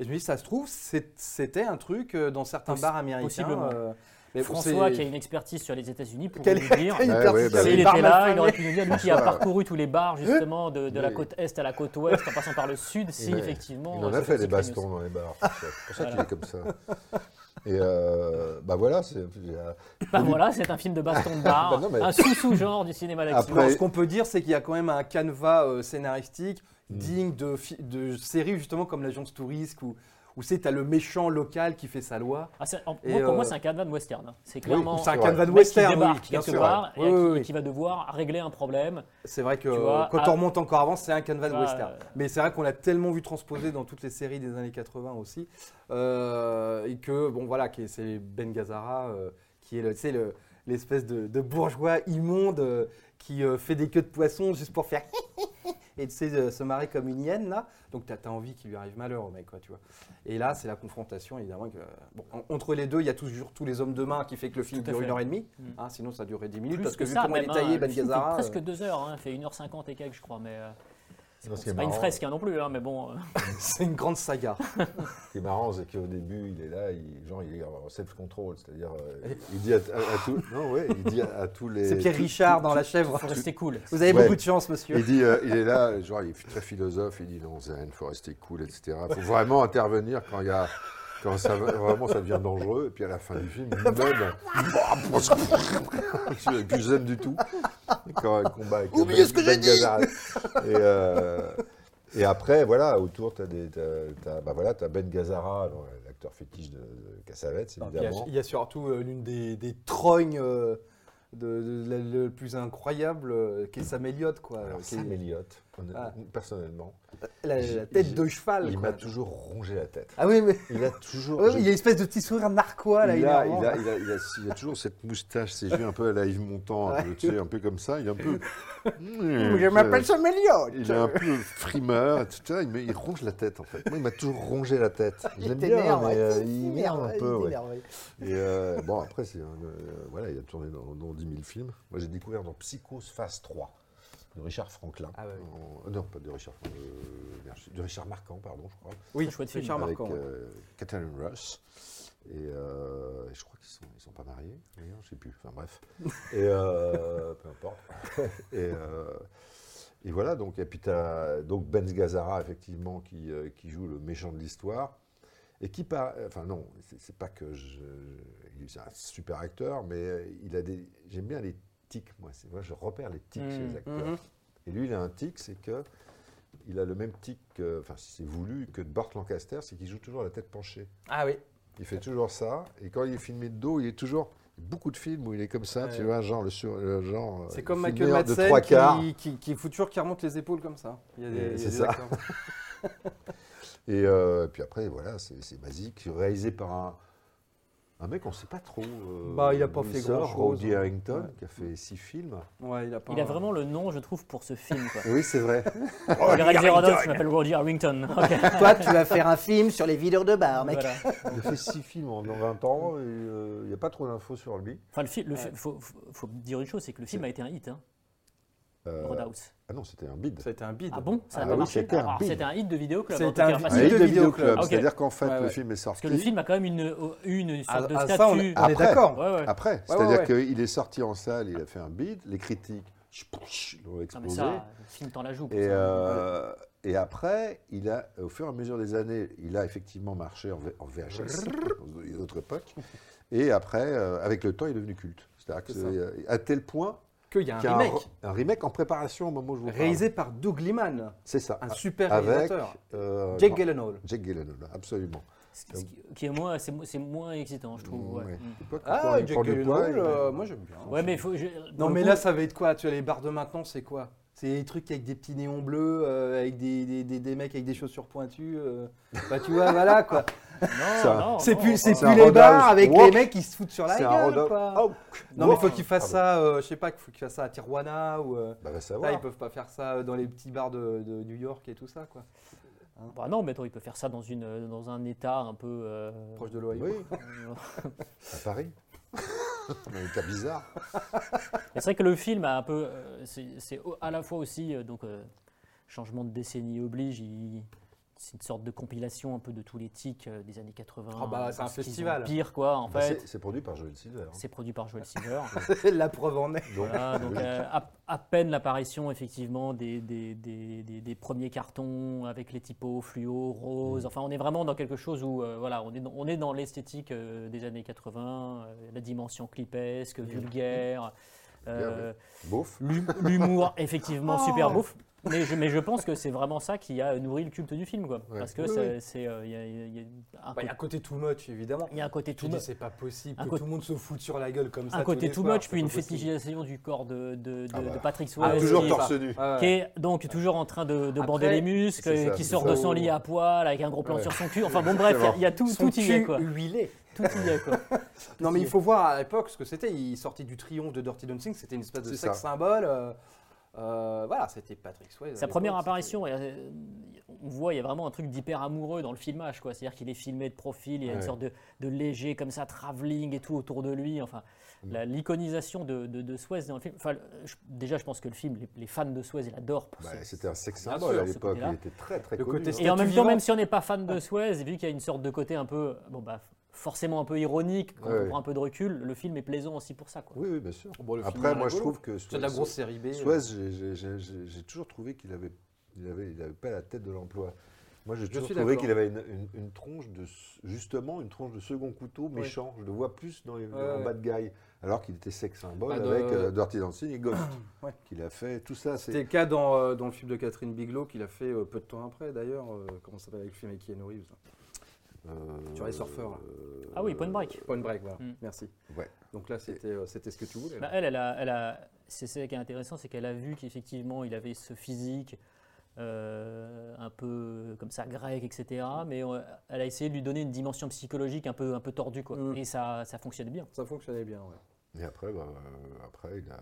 Et je me dis, ça se trouve, c'est- c'était un truc euh, dans certains Possi- bars américains. possiblement. euh, mais bon, François, c'est- [laughs] qui a une expertise sur les États-Unis, pourrait Quel- nous dire. quel Ouais, hyper- ouais, bah quel oui. S'il bar était là, il malfamé. aurait pu nous dire, lui qui a François, parcouru tous les bars Hein justement de, de la Oui. côte Est à la côte Ouest, en passant par le Sud, si Il en- effectivement... Il en a euh, ça fait des s'exprime bastons dans les bars. C'est pour ça qu'il est comme ça. Et euh, bah voilà, c'est. euh, aussi. Bah voilà, c'est un film de baston [laughs] de Bah bar, non, mais- un sous-sous-genre du cinéma d'action. Non, Après- ce qu'on peut dire, c'est qu'il y a quand même un canevas euh, scénaristique digne de, fi- de séries justement comme l'Agence Touriste où, où c'est t'as le méchant local qui fait sa loi. Ah, c'est- en- moi, Et, pour euh, moi, c'est un canevas de western. hein. C'est clairement c'est un c'est canevas de un mec qui western, oui, débarque bien quelque sûr. part et Oui, à qui, oui, oui. qui va devoir régler un problème. C'est vrai que Tu vois, euh, quand ah. on remonte encore avant, c'est un canevas de Ah, western. euh. Mais c'est vrai qu'on l'a tellement vu transposé dans toutes les séries des années 80 aussi, euh, et que bon voilà, qui est- c'est Ben Gazzara euh, qui est le, tu sais, le- l'espèce de, de bourgeois immonde euh, qui euh, fait des queues de poisson juste pour faire [laughs] et tu sais euh, se marrer comme une hyène là. Donc t'as as envie qu'il lui arrive malheur au mec quoi, tu vois. Et là c'est la confrontation évidemment. que- bon, en- entre les deux, il y a toujours tous les hommes de main qui fait que le film Tout à dure fait. une heure et demie. Mm. hein, sinon ça durait 10 minutes Plus parce que, que vu ça, comment il même, est hein, taillé le [laughs] Ben film fait Gazzara. euh, presque deux heures, hein, fait 1h50 et quelques, je crois. Mais euh, non, ce qui est c'est pas une marrant- fresque hein, non plus, hein, mais bon. euh, [laughs] C'est une grande saga. Ce qui est marrant, c'est qu'au début, il est là, il, genre, il est en self-control, c'est-à-dire, euh, il dit à, à- à tous- non, ouais, il dit à, à tous les... C'est Pierre tout- Richard dans La Chèvre. [laughs] faut rester cool. Vous avez Ouais. beaucoup de chance, Il monsieur. dit, euh, il est là, genre, il est très philosophe, il dit, non, Zen, il faut rester cool, etc. Il faut vraiment intervenir quand il y a... Quand ça, va- vraiment ça devient dangereux, et puis à la fin du film, lui-même, je suis plus zen du tout. Quand un combat avec Oubliez ce que j'ai dit et, euh, et après, voilà, autour, tu as, bah voilà, t'as Ben Gazzara, donc, l'acteur fétiche de, de Cassavetes, Il y, a, évidemment. il y a surtout euh, l'une des, des trognes euh, de, de- la- le plus incroyable, euh, qui est Sam Elliott, quoi. Alors, qui est- Euh, Sam Elliott, honnête- Ah. personnellement, la, j'ai- la tête j'ai- de cheval. il quoi. m'a toujours rongé la tête. Ah oui, mais [laughs] Il a toujours. Ouais, je- il y a une espèce de petit sourire narquois là. il a, énervant. il a- il a- il a- il a toujours cette moustache, ses yeux un peu à la Yves Montand, un peu, tu sais, un peu comme ça. Il est un peu. [laughs] Je m'appelle Sam Elliott. Il est un peu frimeur, etc. Il, me- il ronge la tête, en fait. Moi, il m'a toujours rongé la tête. Je [laughs] Il l'aime bien, t'énerve. mais ouais. euh, il m'énerve un Ouais, peu. il ouais. t'énerve, ouais. Et euh, bon, après, c'est, un, euh, voilà, il a tourné dans, dans 10 000 films. Moi, j'ai découvert dans Psychose Phase 3 de Richard Franklin. Ah ouais. En- non, pas de Richard Franklin. euh, merde, de Richard Marquand, pardon, je crois. Oui, Un chouette c'est film. Charles avec Marquand. ouais. euh, Catherine Russ. Et euh, je crois qu'ils sont, ils sont pas mariés, d'ailleurs, je sais plus. Enfin bref. Et euh, [laughs] peu importe. Et, euh, et voilà, donc, et puis t'as donc Ben Gazzara, effectivement, qui, euh, qui joue le méchant de l'histoire. Et qui pas. Enfin, non, c'est c'est pas que je. il est un super acteur, mais euh, il a des. J'aime bien les tics, moi. c'est- Moi, je repère les tics chez les Mmh, Mhm. acteurs. Et lui, il a un tic, c'est que. Il a le même tic, que- enfin, si c'est voulu, que de Burt Lancaster, c'est qu'il joue toujours la tête penchée. Ah oui. Il fait toujours ça. Et quand il est filmé de dos, il est toujours. Beaucoup de films où il est comme ça, tu Ouais. vois, genre le, sur, le genre. C'est euh, comme filmé Michael de trois quarts. Madsen qui, qui, qui fout toujours qui remonte les épaules comme ça. Il y a des- Et il y a c'est des ça. acteurs. Et euh, puis après, voilà, c'est c'est basique, réalisé par un, un mec, on ne sait pas trop. euh, Bah, il a pas d'où fait sort, grand-chose, Woody hein. Harrington, Ouais. qui a fait six films. Ouais, il a pas. Il a un- vraiment le nom, je trouve, pour ce film. [laughs] Quoi. Oui, c'est vrai. Oh, Le réalisateur, je m'appelle Roger Harrington. [laughs] Ok. Toi, tu vas faire un film sur les videurs de bar, mec. Voilà. Il a fait six films en en 20 ans, et euh, il n'y a pas trop d'infos sur lui. Enfin, le fi- le fi- faut, faut- faut dire une chose, c'est que le film a été un hit, hein, Euh, Roadhouse. ah non, c'était un bid. Ça a été un bide. Ah bon Ça n'a Ah pas oui, marché c'était un Alors, bid. C'était un hit de vidéoclub. en C'était tout un cas. vi- Parce Un hit hit de de Ah, vidéoclub. Ok. C'est-à-dire qu'en fait, Ouais, le ouais. film est sorti. que le film a quand même une, oh, une Ah, sorte de ah, statut. ça, on ah, est, on est Après. d'accord. Ouais, ouais. Après, ouais, c'est-à-dire ouais. qu'il est sorti en salle, il a fait un bid, les critiques chpouch, l'ont Non, mais explosé. ça, le film t'en la joue. pour Et, ça. hein. euh, et après, il a, au fur et à mesure des années, il a effectivement marché en, V- en VHS, une autre époque. Et après, euh, avec le temps, il est devenu culte. C'est-à-dire que C'est ça. c'est, euh, à tel point qu'il y a un Qui a remake re- un remake en préparation au moment où je vous parle. réalisé par Doug Liman. C'est ça. un super Ah, Avec, réalisateur. euh, Jake non, Gyllenhaal. Jake Gyllenhaal, absolument. Ce qui- Qui est moins, c'est mo- c'est moins excitant, je trouve. Ouais, Ouais. Mm. Je sais pas pourquoi on Ah, lui Jake parle de Gyllenhaal, poil, mais- euh, moi j'aime bien. Ouais, mais il faut. je- Non, pour mais le là, coup, ça va être quoi Tu as les bars de maintenant, c'est quoi C'est les trucs avec des petits néons bleus, euh, avec des, des, des- des mecs avec des chaussures pointues. euh. Bah, tu vois, [laughs] voilà quoi. non, ça- non, C'est non, plus, c'est enfin, c'est plus un les rodage. bars avec les Wop. mecs qui se foutent sur la C'est un gueule. rodage. quoi. Oh, non, mais wop. faut qu'ils fassent Pardon. ça, euh, je sais pas, faut qu'ils fassent ça à Tijuana ou. euh, Bah, va Là, savoir. ils peuvent pas faire ça euh, dans les petits bars de, de New York et tout ça, [laughs] quoi. bah non, mais attends, il peut faire ça dans, une, euh, dans un état un peu. euh, Proche de l'Ohio. Oui, euh, à Paris. Mais t'as bizarre. Mais C'est vrai que le film a un peu, euh, c'est c'est au- à la fois aussi euh, donc euh, changement de décennie oblige. il- c'est une sorte de compilation un peu de tous les tics euh, des années 80. Ah bah, euh, c'est un ce qu'ils ont festival. Pire quoi en Bah, fait. c'est- C'est produit par Joel Silver. hein. C'est produit par Joel Silver. La preuve en est. Donc, Voilà, donc oui. euh, à, à peine l'apparition effectivement des, des, des- des- des premiers cartons avec les typos fluo, Mmh. rose. Enfin, on est vraiment dans quelque chose où euh, voilà, on est dans, on est dans l'esthétique euh, des années 80, euh, la dimension clipesque, vulgaire. euh, Beauf. l'hum- [laughs] L'humour effectivement Oh. super bouffe. Mais je, mais je pense que c'est vraiment ça qui a nourri le culte du film, quoi. Ouais. Parce que Oui, ça- oui. c'est, euh, il y a- il y, a- il y a un Bah, Il y a un côté- côté too much, évidemment. il y a un côté Tu tout dis, c'est pas possible un que co- tout le monde se foute sur la gueule comme ça. un côté tout too much, puis une fétichisation du corps de, de- de- Ah bah. de Patrick Ah, Swayze. toujours qui- torse nu. Bah, qui est donc toujours en train de, de bander Après, les muscles, euh, c'est ça, qui c'est sort ça. de son lit à poil avec un gros plan Ouais. sur son cul. Enfin bon, bref, il y a- il y, a tout, tout y est quoi. huilé. Tout y est quoi. Non, mais il faut voir à l'époque ce que c'était. Il sortait du triomphe de Dirty Dancing, c'était une espèce de C'est sex ça. symbole. euh, euh, voilà, c'était Patrick Swayze. à [laughs] Sa l'époque, première c'était- apparition, euh, on voit, il y a vraiment un truc d'hyper amoureux dans le filmage quoi. C'est-à-dire qu'il est filmé de profil, il y a une Ouais. sorte de, de léger comme ça, travelling et tout autour de lui. Enfin, Mm. la- l'iconisation de, de, de Suez dans le film. Enfin, je- déjà, je pense que le film, les, les fans de Suez, ils l'adorent pour Bah, ce- C'était un sex Bien symbole sûr, à ce l'époque. côté-là. Il était très très Le connu. côté hein. Et en Statut même temps, vivant. même si on n'est pas fan Ah. de Suez, vu qu'il y a une sorte de côté un peu, bon bah, forcément un peu ironique, quand Ouais. on prend un peu de recul, le film est plaisant aussi pour ça. Quoi. Oui, oui, bien sûr. Ah, Bon, le film Après, est moi, je rigolo. trouve que C'est de la grosse série B. euh. Suez, j'ai- j'ai- j'ai- j'ai j'ai toujours trouvé qu'il avait, il avait, il avait pas la tête de l'emploi. Moi, j'ai toujours suis trouvé d'accord. qu'il avait une, une- une tronche de, s- justement, une tronche de second couteau méchant. Je le vois plus dans les Ouais, dans ouais. bad guy, alors qu'il était sex symbole Bah, de- avec euh, Dirty Dancing et Ghost, [coughs] Ouais. qu'il a fait. Tout ça, C'était c'est le cas dans, euh, dans le film de Catherine Bigelow qu'il a fait euh, peu de temps après d'ailleurs. euh, comment ça s'appelle avec le film avec Keanu Reeves là euh, Sur les surfeurs. là. Ah oui, Point Break. Point Break, voilà. Mm. Merci. Ouais. Donc là, c'était euh, c'était ce que tu voulais. Bah, là. elle, elle a, elle a- c'est ça qui est intéressant, c'est qu'elle a vu qu'effectivement il avait ce physique euh, un peu comme ça grec, etc. Mais euh, elle a essayé de lui donner une dimension psychologique un peu, un peu tordue, quoi. Mm. Et ça, ça [laughs] fonctionnait bien. Ça fonctionnait bien. Ouais. Et après, bah, euh, après, il a,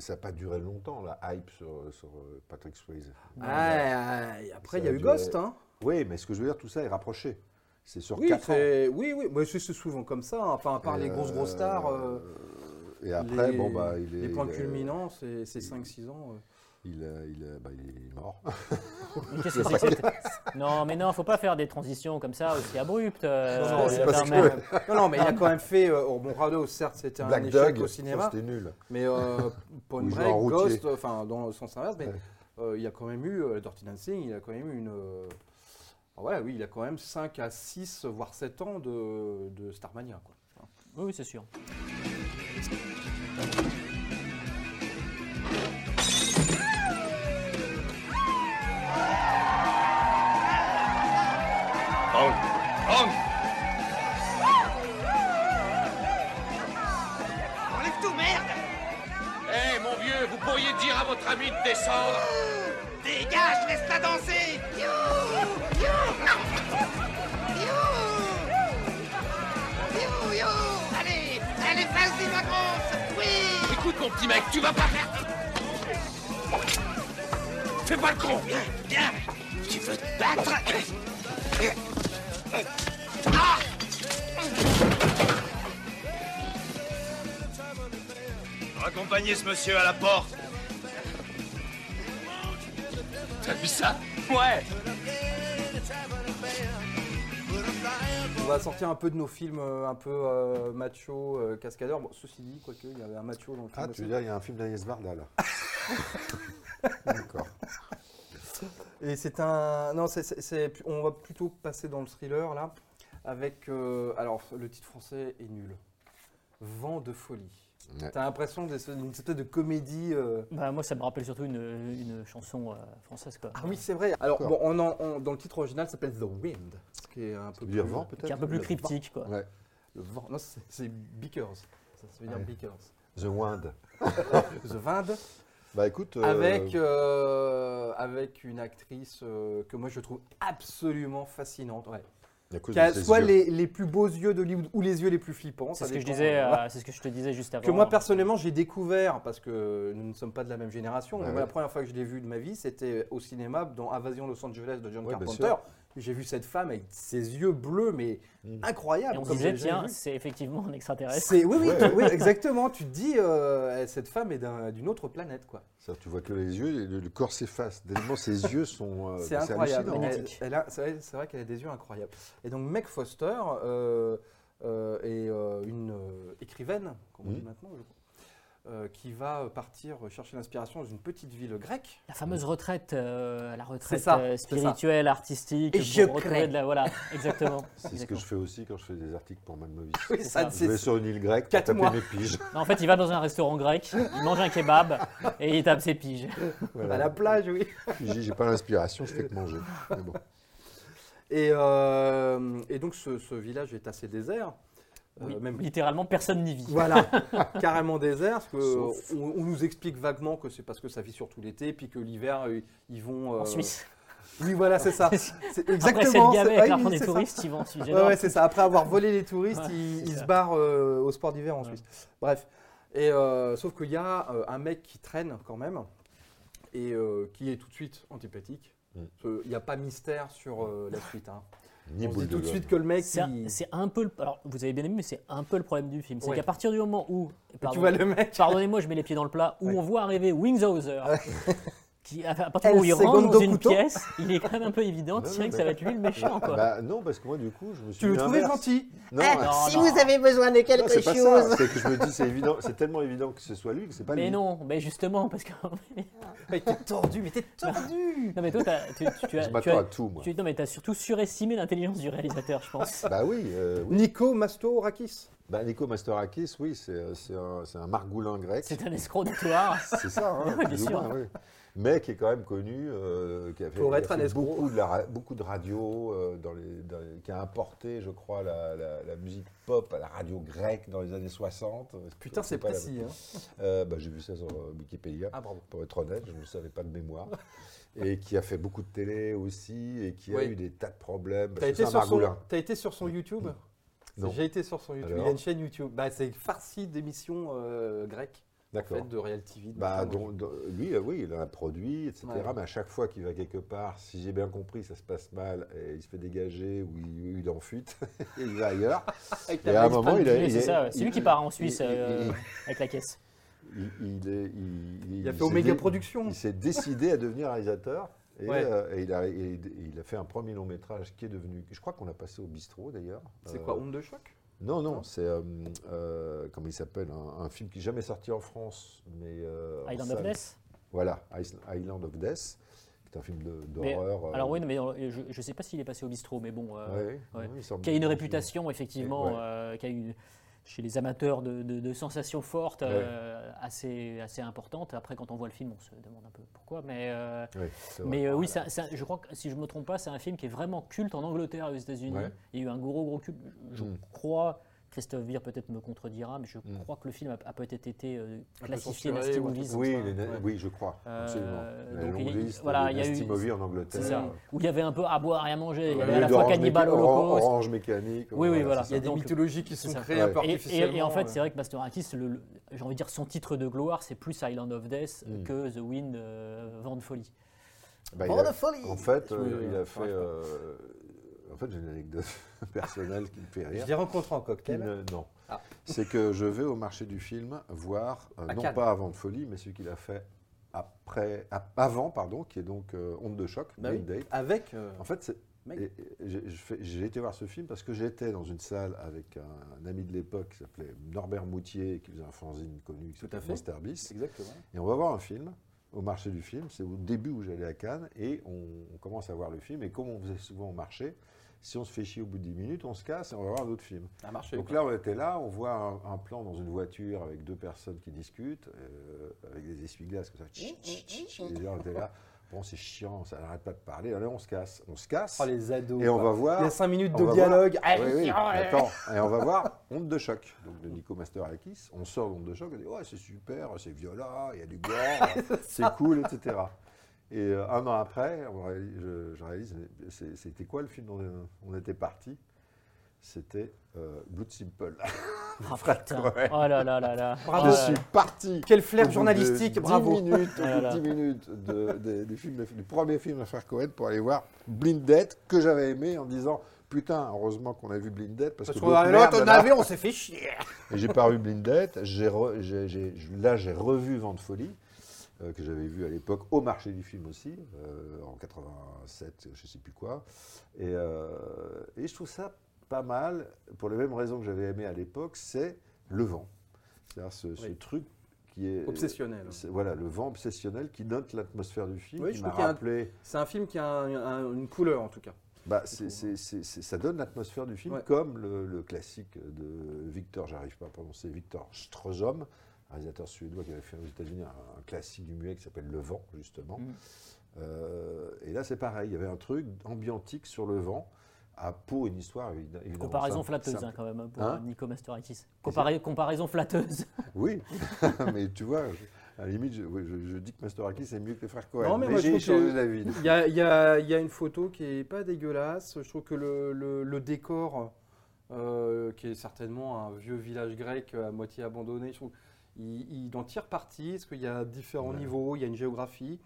ça n'a pas duré longtemps la hype sur, sur, euh, Patrick Swayze. Ah, et après, il y Ça a a eu duré- Ghost. Hein. Oui, mais ce que je veux dire, tout ça est rapproché. C'est sur Oui, quatre ans. c'est- oui, oui, mais c'est c'est souvent comme ça. hein. Enfin, à part les Euh, grosses grosses stars. euh, et après, les- bon, bah, il est. Les points il est- culminants, c'est 5-6 ans. euh. Il, euh, il, euh, bah, il est mort. Ah, Mais qu'est-ce que c'est que cette- Non, mais non, faut pas faire des transitions comme ça aussi abruptes. euh, [laughs] Non, non, c'est euh, parce mais- que- Non, non, mais il a quand même fait. euh, oh, bon, Rado, certes, c'était un Black échec Dog, au ça, cinéma, c'était nul. [laughs] mais euh, Point Où il joue Break, un routier. Ghost, euh, enfin, dans le sens inverse, mais Ouais. euh, il a quand même eu, euh, Dirty Dancing, il a quand même eu une. euh, ouais, oui, il a quand même 5 à 6, voire 7 ans de, de Starmania, quoi. [laughs] Oui, oui, c'est sûr. Enlève tout, merde Eh mon vieux, vous pourriez dire à votre ami de descendre Dégage, laisse-la danser You You You You Allez Allez, vas-y, ma grosse Oui Écoute mon petit mec, tu vas pas faire... Fais pas le con Viens Tu veux te battre Ah Accompagnez ce monsieur à la porte. T'as vu ça Ouais On va sortir un peu de nos films euh, un peu euh, macho, euh, cascadeur. Bon, ceci dit, quoique, il y avait un macho dans le film. Ah, aussi. tu veux dire, il y a un film d'Agnès Varda, [laughs] là. D'accord. Et c'est un. Non, c'est- c'est- c'est- on va plutôt passer dans le thriller, là, avec. euh, Alors, le titre français est nul. vent de folie. Ouais. T'as l'impression d'une espèce de comédie. euh, Bah, moi, ça me rappelle surtout une, une chanson euh, française. Quoi. Ah oui, c'est vrai. Alors, bon, on en- on- dans le titre original, ça s'appelle The Wind, ce qui est un peu veut dire plus, vent, peut-être qui est un peu plus Le cryptique. Quoi. Ouais. vent. Le vent. Non, c'est c'est Beakers. Ça, ça veut dire Ouais. Beakers. The Wind. The Wind, Bah écoute. [laughs] euh, avec, euh, avec une actrice euh, que moi je trouve absolument fascinante. Ouais. à cause Qui a de ses euh, soit yeux. les, les plus beaux yeux de Hollywood ou les yeux les plus flippants. C'est ça ce que je dépend, disais, euh, euh, c'est ce que je te disais juste avant. Que moi personnellement j'ai découvert parce que nous ne sommes pas de la même génération. Ouais, mais Ah ouais. La première fois que je l'ai vu de ma vie, c'était au cinéma dans Invasion Los Angeles de John Ouais, bien Carpenter. sûr. J'ai vu cette femme avec ses yeux bleus mais Mm. incroyables. Et on se comme disait, j'ai jamais tiens, vu. c'est effectivement un extraterrestre. c'est oui oui, Ouais. oui, exactement. Tu te dis euh, cette femme est d'un- d'une autre planète quoi. Ça, tu vois que les yeux, le, le corps s'efface. Tellement ses yeux sont. euh, C'est incroyable. hallucinant. hein. Elle- elle a- C'est vrai, c'est vrai qu'elle a des yeux incroyables. Et donc, Meg Foster euh, euh, est euh, une euh, écrivaine, comme on dit Mhm. maintenant, je crois, euh, qui va partir chercher l'inspiration dans une petite ville grecque. La fameuse retraite, euh, la retraite ça, c'est ça. euh, spirituelle, artistique. Et pour je retrouver crée. de la- Voilà, [laughs] exactement. C'est ce que Exactement. je fais aussi quand je fais des articles pour Malmovis. Oui, ça, ça, Je vais c'est sur une île grecque, Quatre taper mois. mes piges. Non, en fait, il va dans un restaurant grec, il mange un kebab et il tape ses piges. [laughs] à la plage, oui. Puis j'ai- J'ai pas l'inspiration, je fais que manger. Mais bon. Et, euh, et donc, ce, ce village est assez désert. euh, Oui, même Littéralement, personne n'y vit. [laughs] Voilà, [laughs] carrément désert, parce Sauf- que on, on nous explique vaguement que c'est parce que ça vit surtout l'été, puis que l'hiver, euh, ils vont... euh, En Suisse. Oui, voilà, c'est [laughs] ça. C'est Après cette exactement c'est- ah gamelle avec oui, l'argent oui, des c'est ça. touristes, ils vont en Suisse. Ouais, ouais, c'est ça. Après avoir volé les touristes, Ouais, ils, c'est ils ça. se barrent euh, au sport d'hiver en Ouais. Suisse. Bref. Et, euh, sauf qu'il y a euh, un mec qui traîne quand même et euh, qui est tout de suite antipathique. Mm. Euh, Il n'y a pas mystère sur euh, la suite. hein. Ni On se boule dit de tout de gomme. suite que le mec, C'est un, il- c'est un peu le. Alors, vous avez bien aimé, mais c'est un peu le problème du film. C'est Ouais. qu'à partir du moment où. tu pardon, vois le mec. Pardonnez-moi, je mets les pieds dans le plat, où Ouais. on voit arriver Wingshauser. [laughs] Qui, à partir du El moment où il rentre Segundo dans une Couteau. pièce, il est quand même un peu évident, Ouais, tiens ouais, que ça va être lui le méchant. Quoi. Bah non, parce que moi, du coup, je me suis. Tu le dit trouvais l'inverse. gentil. Ah, Non, Non, si non. vous avez besoin de non, quelque c'est pas chose. ça. C'est que je me dis, c'est évident, c'est tellement évident que ce soit lui que c'est pas mais lui. non, mais justement, parce que. [laughs] non, Mais t'es tordu, mais t'es tordu. mais toi, t'as- tu, tu- tu as. Je tu m'attends as- à tout, moi. tu- non, mais t'as surtout surestimé l'intelligence du réalisateur, je pense. Bah oui, euh, oui. Nico Masto Rakis. Bah, Nico Mastorakis, oui, c'est euh, c'est un, c'est un margoulin grec. C'est un escroc notoire. C'est ça, hein, [laughs] Ouais, plus bien ou sûr. moins, oui. Mais qui est quand même connu, euh, qui a fait, Pour qui a être un fait escroc. beaucoup de, la ra- beaucoup de radios, euh, dans les, dans les- qui a importé, je crois, la, la- la musique pop à la radio grecque dans les années 60. Putain, c'est pas la- précis. hein. Euh, bah, J'ai vu ça sur euh, Wikipédia. Ah, bravo. Pour être honnête, je ne le savais pas de mémoire. Et qui a fait beaucoup de télé aussi, et qui a Oui. eu des tas de problèmes. T'as parce que été, C'est un sur son... margoulin. t'as été sur son YouTube Non. J'ai été sur son YouTube. Il Alors a une chaîne YouTube. Bah, c'est farci d'émissions euh, grecques. D'accord. fait, de Real TV. Bah, notamment. dont- dont- lui, euh, oui, il a un produit, etc. Ouais. Mais à chaque fois qu'il va quelque part, si j'ai bien compris, ça se passe mal, et il se fait dégager ou il, il est en fuite, [laughs] et il va ailleurs. Avec Et la à un valise moment, bah, Pas il a- enculé, il C'est a- ça, ouais. C'est il- lui qui part en Suisse il- euh, il- avec la caisse. Il, il est, il, Il il a fait s'est Omega dé- Production. Il s'est décidé à devenir réalisateur. Et, Ouais. euh, et il, a, et il a fait un premier long métrage qui est devenu. Je crois qu'on l'a passé au bistrot d'ailleurs. C'est Euh, quoi, Onde de choc Non, non, Non c'est. euh, euh, comment il s'appelle un, un film qui n'est jamais sorti en France. mais euh, en Island of salle. Death. Voilà, Is- Island of Death, qui est un film de- Mais, d'horreur. euh, Alors oui, non, mais euh, je ne sais pas s'il est passé au bistrot, mais bon, euh, ouais, ouais, il semble- qui a une réputation effectivement, ouais. euh, qui a eu chez les amateurs de, de- de sensations fortes euh, assez, assez importante. Après, quand on voit le film, on se demande un peu pourquoi, mais. euh, Ouais, c'est vrai. mais euh, oui, c'est un- c'est un- je crois que si je ne me trompe pas, c'est un film qui est vraiment culte en Angleterre et aux États-Unis. Ouais. Il y a eu un gros, gros culte. Je Hmm. Mm. crois, Christophe Vire peut-être me contredira, mais je Mm. crois que le film a, a peut-être été euh, peu classifié censuré Nasty ou Hmm. un truc Movies. comme Oui, ça, les na- ouais. oui, je crois, Euh, absolument. La donc, longue il y a- liste voilà, des il y a nasty eu- movies en Angleterre. C'est ça. Où il y avait un peu à boire et à manger. Il y Ouais. avait à la D'Orange fois Méca- Cannibal Oran- Holocaust. Orange Mécanique. Oui, oui, voilà. c'est Il y a des donc- mythologies qui c'est sont ça. créées un Ouais. peu Et- Et, artificiellement. et en fait, euh. c'est vrai que Pastorakis, le- le- j'ai envie de dire son titre de gloire, c'est plus Island of Death Mm. que The Wind, euh, Vent de folie. ça. Bah, il a- En fait, euh, il a fait. euh, En fait, j'ai une anecdote [laughs] personnelle qui me fait Je rire. l'ai rencontré en Qui cocktail. ne- non. Ah. C'est que je vais au marché du film voir, euh, À non Cannes. pas avant de folie, mais celui qu'il a fait après, ap- avant, pardon, qui est donc euh, Honte de choc, Bah oui. Date Date. Avec. euh, En fait, c'est- Mec. et- et j'ai- je fais- j'ai été voir ce film parce que j'étais dans une salle avec un, un ami de l'époque qui s'appelait Norbert Moutier, qui faisait un fanzine connu qui Tout à s'appelait fait. Monster Beast. Exactement. Et on va voir un film au marché du film. C'est au début où j'allais à Cannes et on, on commence à voir le film. Et comme on faisait souvent au marché, Si on se fait chier au bout de 10 minutes, on se casse et on va voir un autre film. Ça a marché, Donc quoi. là, on était là, on voit un, un plan dans une voiture avec deux personnes qui discutent, euh, avec des essuie-glaces comme ça. tch, tch, tch, tch. Et là, on était là. Bon, c'est chiant, ça n'arrête pas de parler. Allez, on se casse. On se casse. Oh, les ados. Et on quoi. va voir. Il y a 5 minutes on de va dialogue. oh, voir- Oui, oui, attends. Et on va voir Honte de choc, donc de Nico Masterakis. On sort d'Honte de choc, on dit Ouais, c'est super, c'est violent, il y a du gore, c'est cool, etc. Et euh, un an après, on réalise- je, je réalise mais c'est- C'était quoi le film dont on était parti C'était euh, Blood Simple. [laughs] Ah, putain. Oh là là là là. Bravo. Je Oh là là. suis parti. Quel Au flair bout de journalistique, 10 bravo. Minutes, au bout Ah là de là. 10 minutes de- de- du, film, de- du premier film de frère Cohen pour aller voir Blindette, que j'avais aimé en disant Putain, heureusement qu'on a vu Blindette. Parce, Parce oh, que qu'on l'autre a- merde, Euh, l'autre, on là-bas. avait, on s'est fait chier. Et J'ai pas vu Blindette. j'ai re- j'ai- j'ai- là, j'ai revu Vent de Folie, euh, que j'avais vu à l'époque au marché du film aussi, euh, en 87, je sais plus quoi. Et, euh, et je trouve ça pas mal, pour les mêmes raisons que j'avais aimé à l'époque, c'est le vent. C'est-à-dire ce, ce Oui. truc qui est. Obsessionnel. c'est- Voilà, le vent obsessionnel qui note l'atmosphère du film, Oui, qui je m'a trouve qu'il y a un- rappelé. C'est un film qui a un- un- une couleur, en tout cas. Bah, c'est- c'est- c'est- c'est- ça donne l'atmosphère du film, Ouais. comme le, le classique de Victor, j'arrive pas à prononcer, Victor Strozom, un réalisateur suédois qui avait fait aux États-Unis un, un classique du muet qui s'appelle Le Vent, justement. Mm. Mhm. Euh, et là, c'est pareil, il y avait un truc ambiantique sur le vent, à peau une histoire, évi- évidemment. Comparaison simple- flatteuse, simple. hein, quand même, pour Hein Nico Masteraitis. Compara- [laughs] comparaison flatteuse. Oui, mais tu vois, je- à la limite, je, oui, je- je dis que Mastorakis est mieux que les frères Cohen. Non, mais moi, je j'ai trouve que- changé d'avis. Il y a, il y a- il y a une photo qui est pas dégueulasse. Je trouve que le, le- le décor, euh, qui est certainement un vieux village grec euh, à moitié abandonné, je trouve, il, il en tire parti, parce qu'il y a différents Ouais. niveaux, il y a une géographie.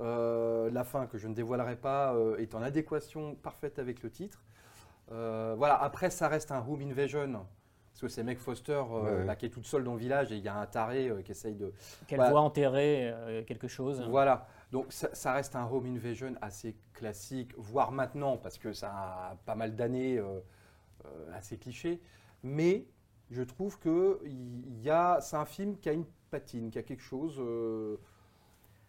Euh, la fin, que je ne dévoilerai pas, euh, est en adéquation parfaite avec le titre. Euh, voilà, après, ça reste un Room Invasion. Parce que c'est Meg Foster euh, Ouais, ouais. bah, qui est toute seule dans le village et il y a un taré euh, qui essaye de, Qu'elle Voilà. voit enterrer euh, quelque chose. voilà. Donc ça, ça reste un home invasion assez classique, voire maintenant, parce que ça a pas mal d'années euh, euh, assez cliché. Mais je trouve que il y a, c'est un film qui a une patine, qui a quelque chose, euh,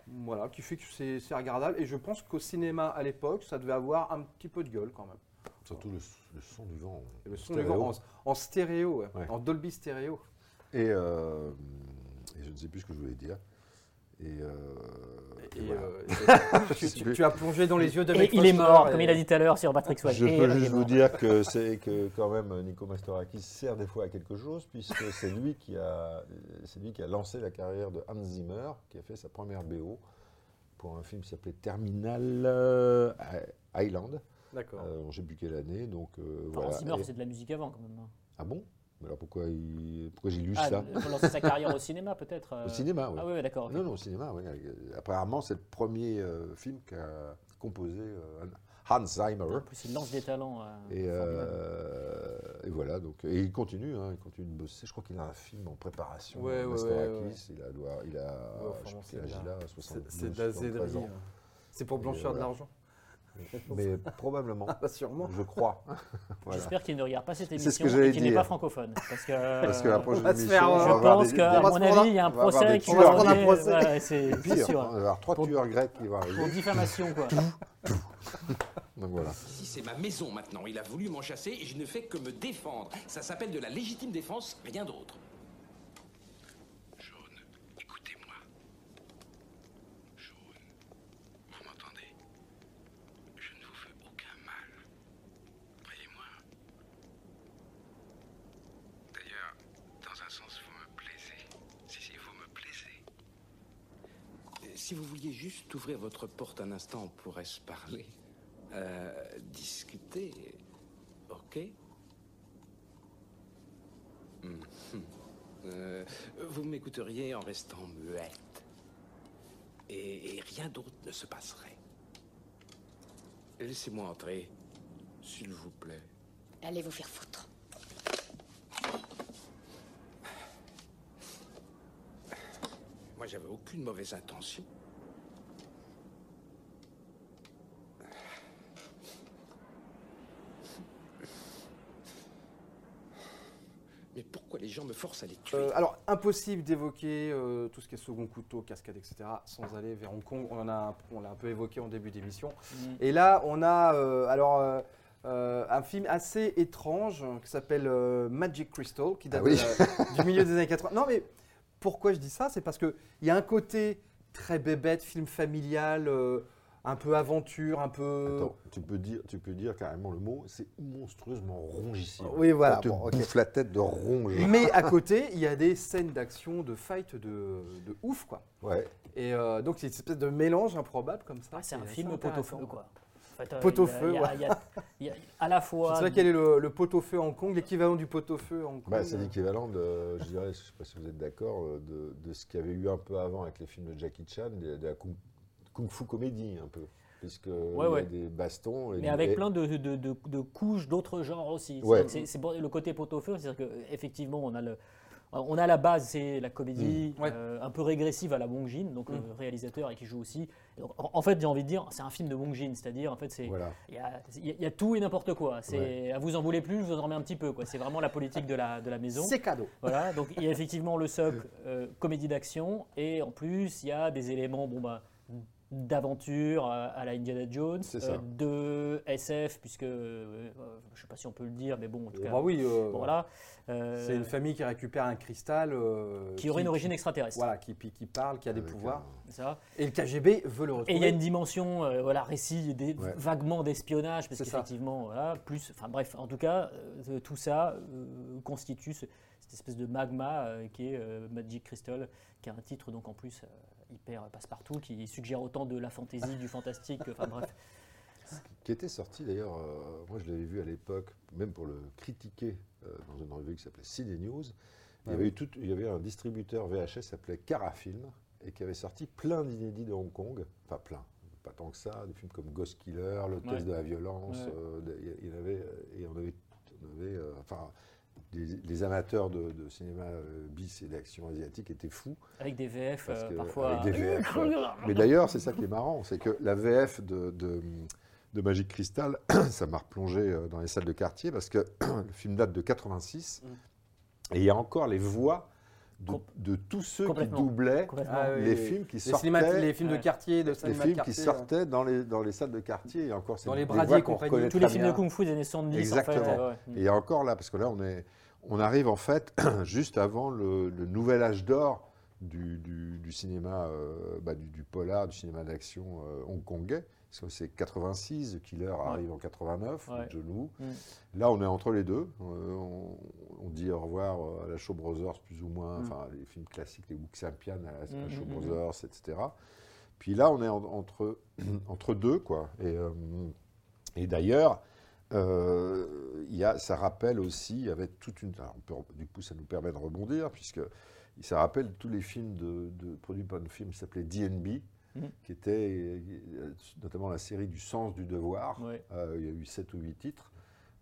voilà, qui fait que c'est, c'est regardable. Et je pense qu'au cinéma à l'époque, ça devait avoir un petit peu de gueule quand même. Surtout le, le son du vent. Et en le son stéréo. en, en stéréo, ouais, Ouais. en Dolby stéréo. Et, euh, et je ne sais plus ce que je voulais dire. Et, euh, Et, et voilà. [laughs] euh, tu, tu- tu as plongé dans les yeux de Et Meg il est Foster mort, et- comme il a dit tout à l'heure sur Patrick Swayze. je Et euh, peux il est juste vous mort. dire que c'est que quand même Nico Mastorakis sert des fois à quelque chose puisque c'est lui qui a c'est lui qui a lancé la carrière de Hans Zimmer qui a fait sa première BO pour un film qui s'appelait Terminal euh, Island. D'accord. Euh, je sais plus quelle année donc euh, Enfin, voilà. Hans Zimmer Et- faisait de la musique avant, quand même. hein. ah bon Mais Alors pourquoi il- pourquoi j'ai lu Ah, ça pour lancer sa carrière au cinéma, peut-être. euh. Au cinéma, oui. Ah oui, ouais, d'accord. ok. Non, non, au cinéma, oui. Euh, Apparemment, c'est le premier euh, film qu'a composé euh, Hans Zimmer. En plus, il lance des talents. euh, Ah, Et, formidables. euh, et voilà, donc, et il continue, hein, il continue de bosser. Je crois qu'il a un film en préparation. Ouais, ouais, Mastorakis, ouais, ouais. il a, doit- il a, Ouais, enfin, je sais bon, plus c'est quel âge de il la- a, C'est 72, c'est de la 73 zéderie. ans. hein. C'est pour Et blanchir de voilà. l'argent. [laughs] Mais probablement, Ah, sûrement. je crois. voilà. J'espère qu'il ne regarde pas cette C'est ce émission que j'allais et qu'il n'est dire. pas francophone. Parce que, Parce que la prochaine va se émission, faire, on euh, va je avoir pense des- qu'à des- mon avis, il y a un On va avoir procès des qui tueurs. va On va prendre un mener, procès. voilà, C'est c'est Pire, sûr. on va avoir trois tueurs grecs qui vont Pour arriver. diffamation, quoi. Donc voilà. Ici, c'est ma maison maintenant. Il a voulu m'en chasser et je ne fais que me défendre. Ça s'appelle de la légitime défense, rien d'autre. Jaune, écoutez-moi. Jaune, vous m'entendez Je ne vous veux aucun mal. Croyez-moi. D'ailleurs, dans un sens, vous me plaisez. Si, si, vous me plaisez. Euh, Si vous vouliez juste ouvrir votre porte un instant, on pourrait se parler. Euh, discuter. Ok Mhm. Euh, Vous m'écouteriez en restant muette. Et, et rien d'autre ne se passerait. Laissez-moi entrer, s'il vous plaît. Allez vous faire foutre. Moi, j'avais aucune mauvaise intention. Mais pourquoi les gens me forcent à les tuer Euh, alors, impossible d'évoquer euh, tout ce qui est second couteau, cascade, etc., sans aller Mm. vers Hong Kong. On en a, un- on l'a un peu évoqué en début d'émission. Et là, on a, euh, alors, euh, euh, un film assez étrange euh, qui s'appelle euh, Magic Crystal, qui date Ah oui. de la- du milieu des années 80. Non, mais pourquoi je dis ça C'est parce qu'il y a un côté très bébête, film familial, euh, un peu aventure, un peu. Attends, tu peux dire, tu peux dire carrément le mot, c'est monstrueusement rongissime. Oui, voilà, Ça te bon, ok. bouffe la tête de ronge. Mais à côté, il y a des scènes d'action, de fight, de, de ouf, quoi. Ouais. Et euh, donc, c'est une espèce de mélange improbable comme ça. Ah, C'est un assez film pot-au-feu, intéressant. quoi. En fait, euh, Pot-au-feu, il y a- il y a- il y a- il y a À la Je ne fois. sais pas quel est le, le pot-au-feu à Hong Kong, l'équivalent du pot-au-feu à Hong Kong. Bah, c'est l'équivalent de, je dirais, je sais pas si vous êtes d'accord, euh, de, de ce qu'il y avait eu un peu avant avec les films de Jackie Chan, de, de la kung, kung fu comédie un peu, puisque il y a ouais. des bastons. Et Mais du- avec et- plein de, de- de- de couches d'autres genres aussi. Ouais. C'est- C'est c'est pour- le côté pot-au-feu, c'est-à-dire qu'effectivement, on a le. On a la base, c'est la Mm. comédie euh, un peu régressive à la Wong Jin, donc le réalisateur et qui joue aussi. Donc, en, en fait, j'ai envie de dire, c'est un film de Wong Jin, c'est-à-dire en fait, c'est il Voilà. y, a, il y a- il y a tout et n'importe quoi. C'est à vous en voulez plus, je vous en remets un petit peu. quoi. C'est vraiment la politique de la, de la maison. C'est cadeau. Voilà, donc il y a effectivement le socle euh, comédie d'action et en plus il y a des éléments bon bah d'aventure à, à la Indiana Jones, euh, C'est ça. de SF puisque euh, euh, je sais pas si on peut le dire mais bon en tout Euh, cas bah oui, euh, bon, voilà euh, C'est une famille qui récupère un cristal. euh, qui aurait une origine extraterrestre. Voilà, qui, qui- qui parle, qui a des pouvoirs. ça. Et le KGB veut le retrouver. Et il y a une dimension, euh, voilà, récit, des, Ouais. vaguement d'espionnage, parce C'est ça. qu'effectivement, voilà, plus, enfin bref, en tout cas, euh, tout ça euh, constitue ce- cette espèce de magma euh, qui est euh, Magic Crystal, qui a un titre donc en plus euh, hyper passe-partout, qui suggère autant de la fantaisie, du fantastique, que- [laughs] enfin bref. qui était sorti d'ailleurs, euh, moi je l'avais vu à l'époque, même pour le critiquer euh, dans une revue qui s'appelait CD News. Il y, Ah avait oui. eu tout- il y avait un distributeur VHS qui s'appelait Carafilm et qui avait sorti plein d'inédits de Hong Kong, enfin plein, pas tant que ça, des films comme Ghost Killer, Le Ouais. Test de la violence, Ouais. euh, des- il y en avait, euh, et on avait, on avait, euh, enfin, les, les amateurs de, de cinéma euh, bis et d'action asiatique étaient fous Avec des VF parce euh, que- parfois. avec des [laughs] VF, ouais. euh. Mais d'ailleurs, c'est ça qui est marrant, c'est que la VF de, de, de Magic Crystal, [clears throat] ça m'a replongé euh, dans les salles de quartier parce que [clears throat] le film date de 86 Mm. et il y a encore les voix de, de tous ceux qui complètement, euh, doublaient complètement. Ah oui, les oui. films qui Les sortaient. cinémas- les films de Ouais. quartier, de les cinéma de films qui quartier, sortaient dans les, dans les salles de quartier. Et encore, c'est Dans les des Brasier voix et qu'on compagnie, reconnaît tous très les films de bien. kung-fu des années 70, en fait, euh, Exactement. ouais. Et encore là, parce que là, on, est, on arrive en fait [clears throat] juste avant le, le nouvel âge d'or du, du- du cinéma, euh, bah, du, du polar, du cinéma d'action euh, hongkongais. Parce que c'est 86, The Killer arrive en 89, Ouais. John Woo. Mm. Là, on est entre les deux. Euh, on, on dit au revoir euh, à la Show Brothers, plus ou moins, Mm. enfin, les films classiques, les Wuxampian, à la, à la Mm, Shaw mm, mm. Brothers, etc. Puis là, on est en- entre, [clears throat] entre deux, quoi. Et, euh, et d'ailleurs, euh, il y a, ça rappelle aussi, avec toute une. alors, on peut- du coup, ça nous permet de rebondir, puisque ça rappelle tous les films de, de produits par le film qui s'appelait DNB, Mhm. qui était euh, notamment la série du sens du devoir. Mm. Ouais. Euh, il y a eu 7 ou 8 titres,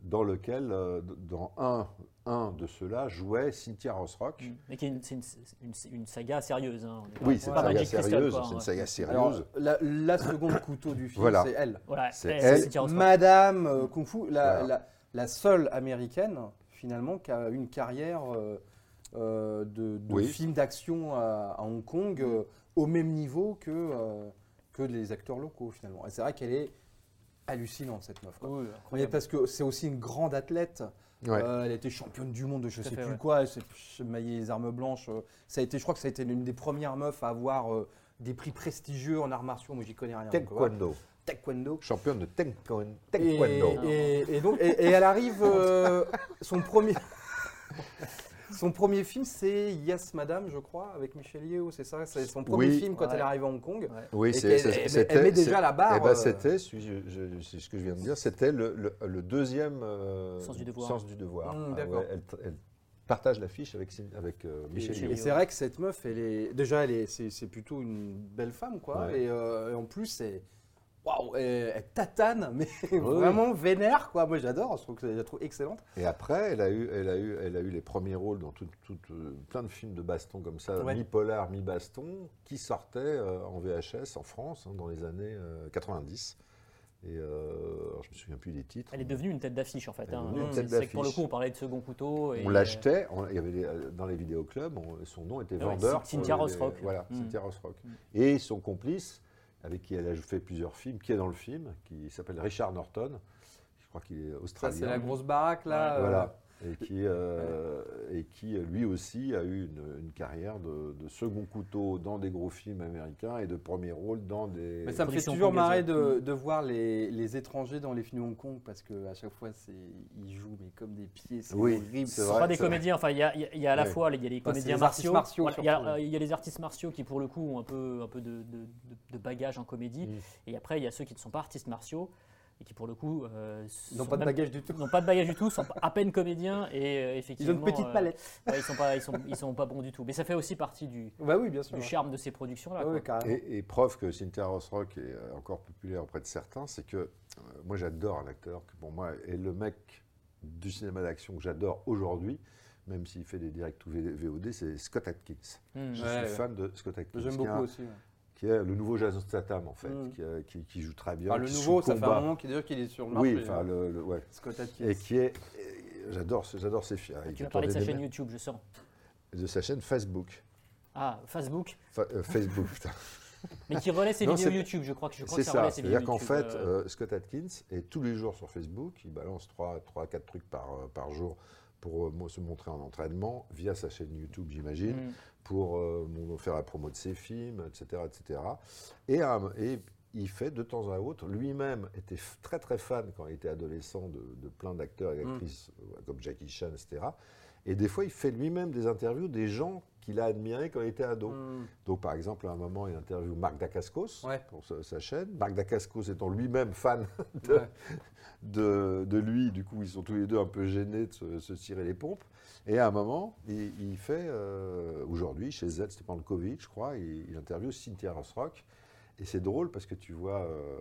dans lequel, euh, d- dans un, un de ceux-là, jouait Cynthia Rossrock. Mm. Mais qui est une, c'est une, une- une saga sérieuse. hein, on est Oui, pas- c'est une pas saga Magic Crystal, sérieuse. quoi, hein. C'est une ouais. saga sérieuse. hein. Alors, la, la seconde couteau du film, Voilà. c'est elle. Voilà, C'est elle, elle. c'est Tira Ross. Madame euh, Kung Fu, la, Voilà. la- la seule américaine, finalement, qui a eu une carrière euh, euh, de, de Oui. film d'action à, à Hong Kong euh, au même niveau que, euh, que les acteurs locaux, finalement. Et c'est vrai qu'elle est hallucinante, cette meuf. quoi. Oui, Mais incroyable. parce que c'est aussi une grande athlète. Ouais. Euh, elle a été championne du monde de je Tout à sais fait, plus ouais. quoi. Elle s'est pff, maillée les armes blanches. euh, Ça a été, je crois que ça a été l'une des premières meufs à avoir euh, des prix prestigieux en arts martiaux. Moi, j'y connais rien. donc, voilà. Taekwondo, Taekwondo. championne de Taekwondo. Et, Taekwondo. et- et donc, et, et elle arrive. euh, son premier. [laughs] Son premier film, c'est Yes Madame, je crois, avec Michel Yeo, c'est ça C'est son premier Oui. film quand Ouais. elle est arrivée à Hong Kong. Oui, Et c'est- qu'elle- c'est- elle- c'était. elle met déjà c'est- la barre, eh ben, euh, c'était, si je- je- c'est ce que je viens de dire, c'était le, le- le deuxième euh, Sens du devoir. sens du devoir. Hmm, Ah d'accord. ouais, elle, elle partage l'affiche avec, Cyn- avec euh, Michel Et- Yeo. Et c'est vrai que cette meuf, elle est déjà, elle est, c'est, c'est plutôt une belle femme, quoi. Ouais. Et, euh, et en plus, c'est waouh, elle, elle tatane, mais [laughs] vraiment vénère, quoi. Moi, j'adore. Je trouve que je la trouve excellente. Et après, elle a eu, elle a eu, elle a eu les premiers rôles dans tout, tout, euh, plein de films de baston comme ça, Ouais. mi-polar, mi-baston, qui sortaient euh, en VHS en France hein, dans les années euh, 90. Et euh, alors, je me souviens plus des titres. Elle est devenue une tête d'affiche en fait. Elle est hein. devenue une C'est- tête c'est que pour le d'affiche. coup, on parlait de second couteau. Et on l'achetait, on- il y avait des- euh, dans les vidéoclubs, on- son nom était Ah ouais, vendeur. Cyn- pour Cynthia les- Rothrock. Voilà, Mm. Cynthia Rothrock. Et son complice, avec qui elle a fait plusieurs films, qui est dans le film, qui s'appelle Richard Norton. Je crois qu'il est Ça, australien. c'est la grosse baraque, là. euh, Voilà. Et qui, euh, et qui, lui aussi, a eu une, une carrière de, de second couteau dans des gros films américains et de premier rôle dans des. Mais ça me fait toujours marrer de, de voir les, les étrangers dans les films de Hong Kong parce que à chaque fois c'est ils jouent mais comme des pieds, c'est Oui, horrible. c'est Ce sont pas des comédiens, enfin, il y a, il y a- il y a à la Ouais. fois il y a les Enfin, c'est comédiens les artistes martiaux, martiaux, voilà, il y a, surtout. euh, il y a les artistes martiaux qui, pour le coup, ont un peu, un peu de, de- de- de bagage en comédie, Mm. et après, il y a ceux qui ne sont pas artistes martiaux, et qui, pour le coup, euh, N'ont sont pas de même- bagage du tout. n'ont pas de bagage du tout, sont à peine comédiens, et euh, effectivement. petite palette. ouais, ils sont pas, ils sont, ils sont pas bons du tout. Mais ça fait aussi partie du, Bah oui, bien sûr. Ah du ouais. charme de ces productions-là. quoi. Et, et preuve que Cynthia Rothrock est euh, encore populaire auprès de certains, c'est que euh, moi j'adore un acteur que pour moi est le mec du cinéma d'action que j'adore aujourd'hui, même s'il fait des directs ou V- VOD, c'est Scott Atkins. Hmm. Je Ouais, suis ouais. fan de Scott Atkins. J'aime qui beaucoup est un- aussi, ouais. Qui est le nouveau Jason Statham en fait, Hmm. qui, euh, qui- qui joue très bien. Enfin, le qui nouveau, sous ça fait combat. un moment qu'il est- qu'il est sur le Oui, marché, enfin hein. le, le- ouais. Scott Atkins. Et qui est, et j'adore, ce- j'adore ses films. Il Ah, Tu vas tourne parler de sa des chaîne mer- YouTube, je sens. de sa chaîne Facebook. Ah, Facebook, Fa- euh, Facebook, [laughs] putain. mais qui relaie ses Non, vidéos c'est- YouTube, je crois que je crois C'est que ça, relaie ça, ses vidéos c'est-à-dire qu'en YouTube, fait, euh, euh, Scott Atkins est tous les jours sur Facebook, il balance 3, trois 4 trucs par, euh, par jour pour euh, mo- se montrer en entraînement, via sa chaîne YouTube, j'imagine, Mm. pour euh, mon- faire la promo de ses films, etc. etc. Et, euh, et il fait de temps à autre, lui-même était f- très très fan quand il était adolescent de, de plein d'acteurs et Mm. d'actrices euh, comme Jackie Chan, etc. Et des fois, il fait lui-même des interviews des gens qu'il a admirés quand il était ado. Mm. Donc, par exemple, à un moment, il interviewe Marc Dacascos pour sa, sa chaîne. Marc Dacascos étant lui-même [laughs] fan de, de, de lui, du coup, ils sont tous les deux un peu gênés de se, se tirer les pompes. Et à un moment, il, il fait, euh, aujourd'hui, chez Z Stepankovic, je crois, il, il interviewe Cynthia Rothrock. Et c'est drôle parce que tu vois, euh,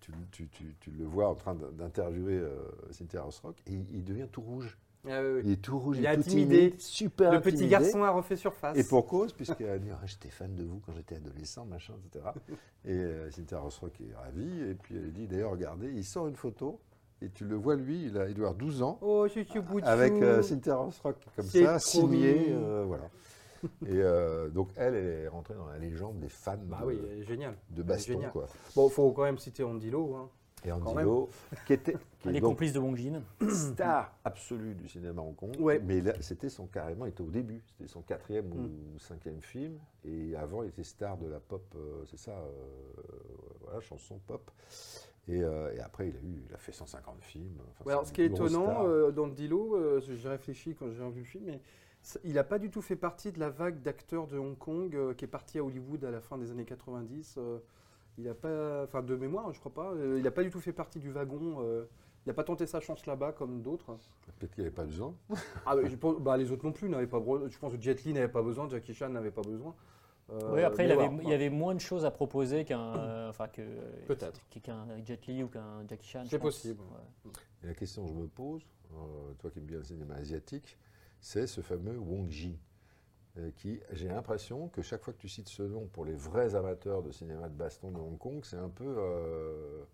tu, tu- tu- tu le vois en train d'interviewer euh, Cynthia Rothrock et il, il devient tout rouge. Ah oui, oui. Il est tout rouge, Il il est est tout intimidé. timide, super Le petit intimidé. garçon a refait surface. Et pour cause, puisqu'il a dit Ah, J'étais fan de vous quand j'étais adolescent, machin, etc. Et euh, Cynthia Rothrock est ravie. Et puis elle dit D'ailleurs, regardez, il sort une photo et tu le vois, lui, il, a, il doit avoir 12 ans. Oh, chouchou, bouchou. Avec euh, Cynthia Rothrock, comme C'est ça, trop signé. mignon. euh, voilà. Et euh, donc, elle, elle est rentrée dans la légende des fans Bah de, oui, elle est géniale. de Elle est baston. géniale. Quoi. Bon, faut quand même citer Andy Lau. Hein. Et Quand Andy même. Lau, qui était. qui Un est des donc complices de Wong Jin. Ah. Star absolue du cinéma à Hong Kong. Mais là, c'était son carrément, il était au début. C'était son quatrième Mm. ou cinquième film. Et avant, il était star de la pop, euh, c'est ça, euh, voilà, chanson pop. Et, euh, et après, il a eu, il a fait 150 films. Enfin, Ouais, alors, c'est ce qui est une grosse étonnant star. euh, dans le Dilo, euh, j'ai réfléchi quand j'ai revu le film, mais ça- il n'a pas du tout fait partie de la vague d'acteurs de Hong Kong euh, qui est partie à Hollywood à la fin des années 90. euh, il n'a pas, enfin de mémoire, je crois pas, euh, il n'a pas du tout fait partie du wagon. euh, il n'a pas tenté sa chance là-bas comme d'autres. Peut-être qu'il n'avait pas besoin. Ah, bah, je pense- bah, les autres non plus n'avaient pas. bre- Je pense que Jet Li n'avait pas besoin, Jackie Chan n'avait pas besoin. Euh, oui, après, il mais avait, voilà. il avait moins de choses à proposer qu'un [clears throat] euh, enfin, que, Peut-être. qu'un Jet Li ou qu'un Jackie Chan. je C'est pense. possible. Ouais. Et la question que je me pose, euh, toi qui aimes bien le cinéma asiatique, c'est ce fameux Wong Ji. euh, qui, j'ai l'impression que chaque fois que tu cites ce nom pour les vrais amateurs de cinéma de baston de Hong Kong, c'est un peu, euh,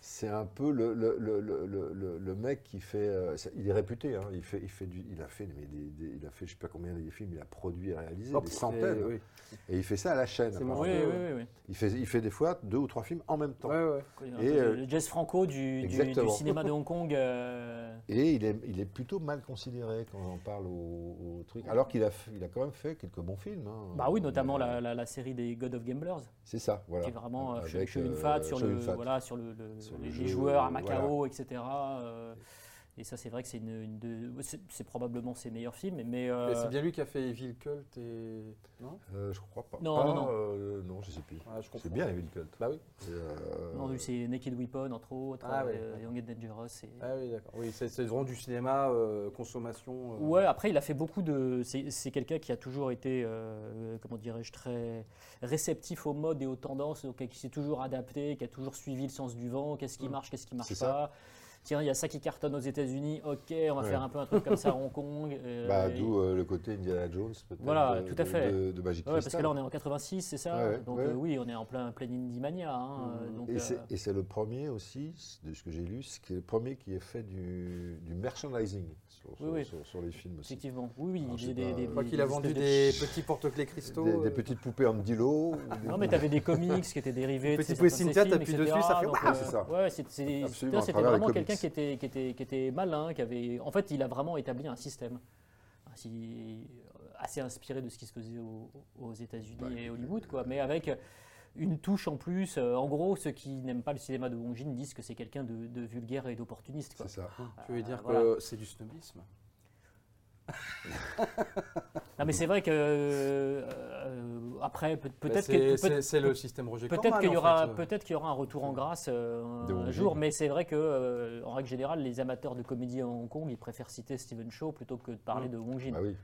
c'est un peu le, le- le- le- le- le- le mec qui fait, euh, c'est- il est réputé, hein, il fait, il fait du, il a fait, mais des, des- il a fait, je sais pas combien de films, il a produit et réalisé Oh, des c'est- centaines, oui. et il fait ça à la chaîne. C'est mon apparemment. Oui, oui, oui. Il fait, il fait des fois deux ou trois films en même temps. Et Et, euh, le Jess Franco du, du- du, exactement. cinéma de Hong [laughs] Kong. euh, Et il est, il est plutôt mal considéré quand on parle au, au truc. Alors qu'il a, f- il a quand même fait quelques bons films. hein. bah oui, notamment la, la- la série des God of Gamblers. C'est ça, voilà. Qui est vraiment euh, Avec, Shogun euh, Fat sur, le, Shogun Fat. Voilà, sur le, le- Sur les, le jeu, les joueurs à voilà. Macao, etc. euh, et ça, c'est vrai que c'est une, une de- c'est c'est probablement ses meilleurs films, mais. euh, Mais C'est bien lui qui a fait Evil Cult et. Non Euh, je crois pas. Non, Pas, non, non. euh, non, je sais plus. Ah, je comprends. C'est bien Evil Cult. Bah oui. Et, euh, Non, lui, c'est Naked Weapon, entre autres, Ah oui. euh, Young and Dangerous. Et... Ah oui, d'accord. Oui, c'est c'est vraiment du cinéma euh, consommation. euh. Ouais, après, il a fait beaucoup de. C'est c'est quelqu'un qui a toujours été, euh, comment dirais-je, très réceptif aux modes et aux tendances, donc, qui s'est toujours adapté, qui a toujours suivi le sens du vent, qu'est-ce qui marche, qu'est-ce qui marche Mm. C'est ça. pas. Tiens, il y a ça qui cartonne aux États-Unis, ok, on va Ouais. faire un peu un truc comme ça à Hong [laughs] Kong. euh, bah, et- D'où euh, le côté Indiana Jones, peut-être. Voilà, de- tout à de- fait. De, de Magic Ouais, parce que Crystal. là, on est en 86, c'est ça Ouais, ouais, Donc, ouais. Mm. euh, oui, on est en plein, plein Indie Mania. hein, euh, donc, et euh, c'est- et c'est le premier aussi, de ce que j'ai lu, c'est le premier qui est fait du, du merchandising. sur, Oui, oui. sur- sur- sur les films aussi. Effectivement. Oui, oui, Alors, il je sais faisait des, pas, euh, des- je crois qu'il a vendu espèces des petits porte-clés cristaux, Des, euh, des petites poupées en dilo. de- Non, mais t'avais des comics qui étaient dérivés. Petit tu sais, pouet certains de ses Cynthia, films, t'appuies etc. dessus, ça fait Donc, waouh, euh, c'est ça. Ouais, c'est- c'est- c'est- Absolument, tu vois, à c'était travers les vraiment quelqu'un comics. qui était, qui, était, qui était malin, qui avait. En fait, il a vraiment établi un système ainsi- assez inspiré de ce qui se faisait au- aux États-Unis et Hollywood, quoi. Mais avec une touche en plus. Euh, En gros, ceux qui n'aiment pas le cinéma de Wong Jin disent que c'est quelqu'un de, de vulgaire et d'opportuniste. quoi. C'est ça. Ah, Tu veux dire voilà. que c'est du snobisme Non, mais c'est vrai que euh, euh, après, peut- Bah, peut-être c'est- que c'est- peut- c'est le système Roger Peut-être Corman, qu'il y en aura, fait. euh. peut-être qu'il y aura un retour en grâce euh, Des un Wong jour, Jin. mais c'est vrai que euh, en règle générale, les amateurs de comédie à Hong Kong, ils préfèrent citer Stephen Chow plutôt que de parler de Wong Jin. Bah oui.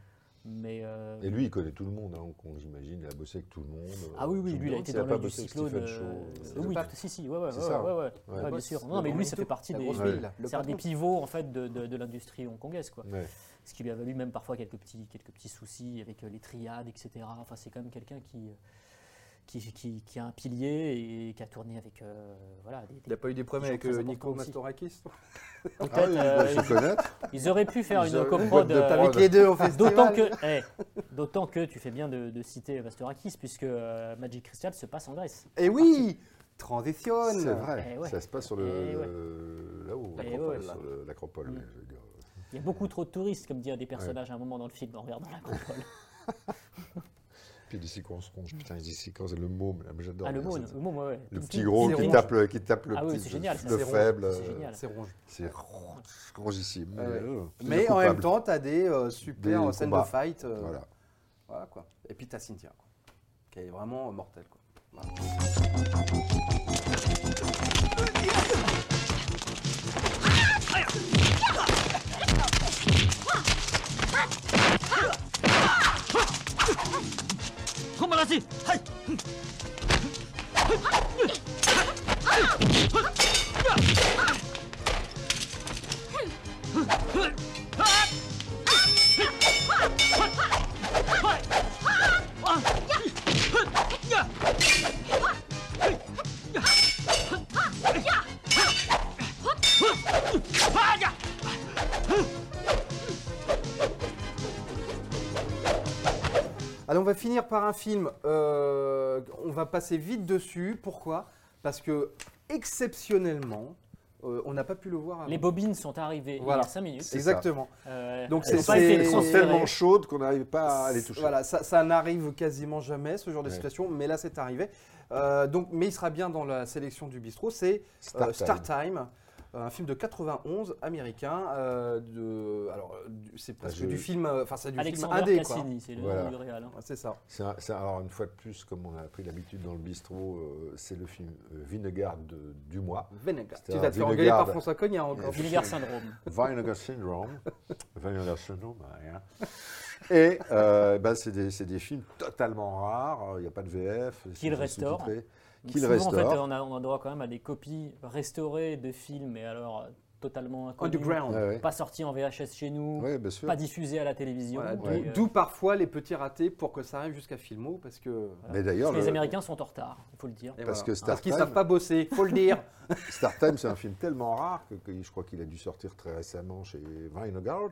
Mais euh, Et lui, il connaît tout le monde à Hong Kong, j'imagine. Il a bossé avec tout le monde. ah oui, Je oui, me lui, il a demande été s'il dans pas l'œil du bossé avec cyclone. Stephen euh, Chow. oui, C'est- tout- si, si, ouais, ouais, ouais, C'est ça, ouais, ouais, ouais. ouais, Le bien boss, sûr. le Non, mais lui, grand ça mytho, fait partie la des, grosse des- ville, le c'est un des patron. pivots en fait de, de- de l'industrie hongkongaise, quoi. Ouais. Ce qui lui a valu même parfois quelques petits, quelques petits soucis avec euh, les triades, etc. Enfin, c'est quand même quelqu'un qui, euh, qui, qui, qui a un pilier et qui a tourné avec euh, voilà. Des, Il n'a pas eu des problèmes avec euh, Nico Mastorakis Peut-être. Ah oui, il doit euh, se connaître. Ils auraient pu faire Ils une auraient- une coprode. boîte de euh, prod. Avec les deux au D'autant festival. que, eh, d'autant que tu fais bien de, de citer Vastorakis, puisque euh, Magic Crystal se passe en Grèce. Eh oui Transition C'est vrai. Eh ouais. Ça se passe sur Eh ouais. le. Là-haut, Eh l'acropole, ouais. sur le- l'acropole. Mm. je veux dire. Il y a beaucoup trop de touristes, comme dit un des personnages à un moment dans le film, en [laughs] regardant la contrôle. Puis les séquences ronges, putain, les séquences, le môme, là, mais j'adore. Ah, le moi, môme, ça. le môme, ouais, ouais. Le Tout petit film, gros c'est qui ronge. tape, le, qui tape le Ah oui, petit, c'est génial, ça, le c'est ronge, faible. c'est euh, génial. C'est ronge. C'est ronge, rongissime. Ouais, ouais. euh, Mais plaisir en même coupable. temps, tu as des euh, super Des scènes combats. de fight. euh, Voilà. voilà, quoi. Et puis tu as Cynthia, quoi, qui est vraiment euh, mortelle. Quoi. Voilà. Allez, on va finir par un film. euh, on va passer vite dessus. Pourquoi Parce que, exceptionnellement, euh, on n'a pas pu le voir. avant. Les bobines sont arrivées Voilà. il y a 5 minutes. C'est ça. Exactement. Euh, Donc, elles c'est- ont pas été c'est- Elles sont transférées. tellement chaudes qu'on n'arrive pas à les toucher. Voilà, ça, ça n'arrive quasiment jamais, ce genre de Ouais. situation, mais là, c'est arrivé. Euh, donc, mais il sera bien dans la sélection du bistrot. C'est euh, Star Star Time. Time. euh, un film de 91 américain. euh, de, alors, euh, du- c'est presque Ah, je- du film. euh, Enfin, c'est du film Alexander indé, Cassini, c'est le Voilà. nom du réal. hein. quoi. C'est ça. C'est un- c'est un- alors, une fois de plus, comme on a pris l'habitude dans le bistrot, euh, c'est le film euh, Vinegar de- du [laughs] mois. Venegas. C'était Tu un vas te faire Vinegar. engueuler par François Cognat encore. Vinegar Syndrome. Vinegar Syndrome. Vinegar Syndrome, hein. Et euh, ben, c'est des, c'est des films totalement rares, il n'y a pas de VF. ils sont Qu'il juste restaure. sous-titrés. Donc Qu'il souvent, restaure. En fait, on a, on a droit quand même à des copies restaurées de films, mais alors euh, totalement inconnues, Underground. Ouais, ouais. pas sorties en VHS chez nous, Ouais, bien sûr. pas diffusées à la télévision. Voilà, d'où- puis, euh, D'où parfois les petits ratés pour que ça arrive jusqu'à Filmo, parce que. Mais d'ailleurs, les le- Américains sont en retard, il faut le dire. Et Parce voilà. que Star Parce qu'ils Time- savent pas bosser, faut le dire. Star Time, c'est un film tellement rare que, que je crois qu'il a dû sortir très récemment chez Vinegard.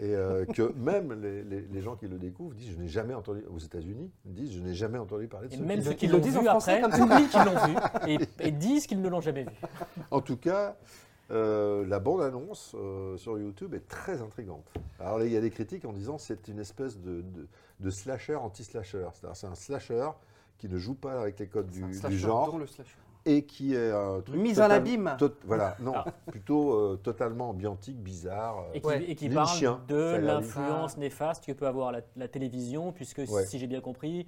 Et euh, que même les, les- les gens qui le découvrent disent Je n'ai jamais entendu, aux États-Unis, disent Je n'ai jamais entendu parler de Et ce même film. ceux qui ils l'ont le disent en vu français après, comme ça. oublient qu'ils l'ont vu [laughs] et, et disent qu'ils ne l'ont jamais vu. En tout cas, euh, la bande-annonce euh, sur YouTube est très intrigante. Alors là, il y a des critiques en disant c'est une espèce de, de- de slasher anti-slasher. C'est-à-dire c'est un slasher qui ne joue pas avec les codes [laughs] du, Un du slasher dans genre le slasher. et qui est un truc Mise total- en abîme. tot- voilà, non, plutôt euh, totalement ambiantique, bizarre. euh, Et qui, Ouais. et qui Lynchien, parle ça a de l'air l'influence néfaste que peut avoir la, la télévision, puisque Ouais. si j'ai bien compris,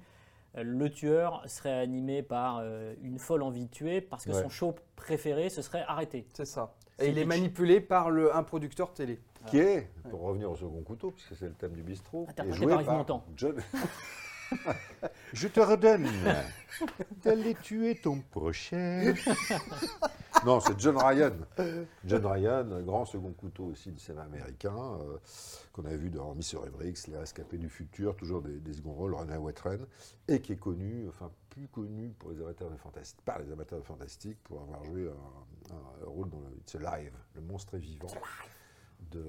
euh, le tueur serait animé par euh, une folle envie de tuer parce que Ouais. son show préféré ce serait arrêté. C'est ça. C'est Et il est Lynch. manipulé par le, un producteur télé. Qui est, pour revenir au second couteau, puisque c'est le thème du bistrot, est Interprété joué par par, Yves Montand. John. Je te [laughs] redonne d'aller tuer ton prochain. non, c'est John Ryan. John Ryan, un grand second couteau aussi du cinéma américain, euh, qu'on avait vu dans Miss Rebrix, Les Rescapés du Futur, toujours des, des seconds rôles, René Watren, et qui est connu, enfin plus connu pour les amateurs de fantastique, par les amateurs de fantastique, pour avoir joué un, un rôle dans le, It's Live, le monstre est vivant. de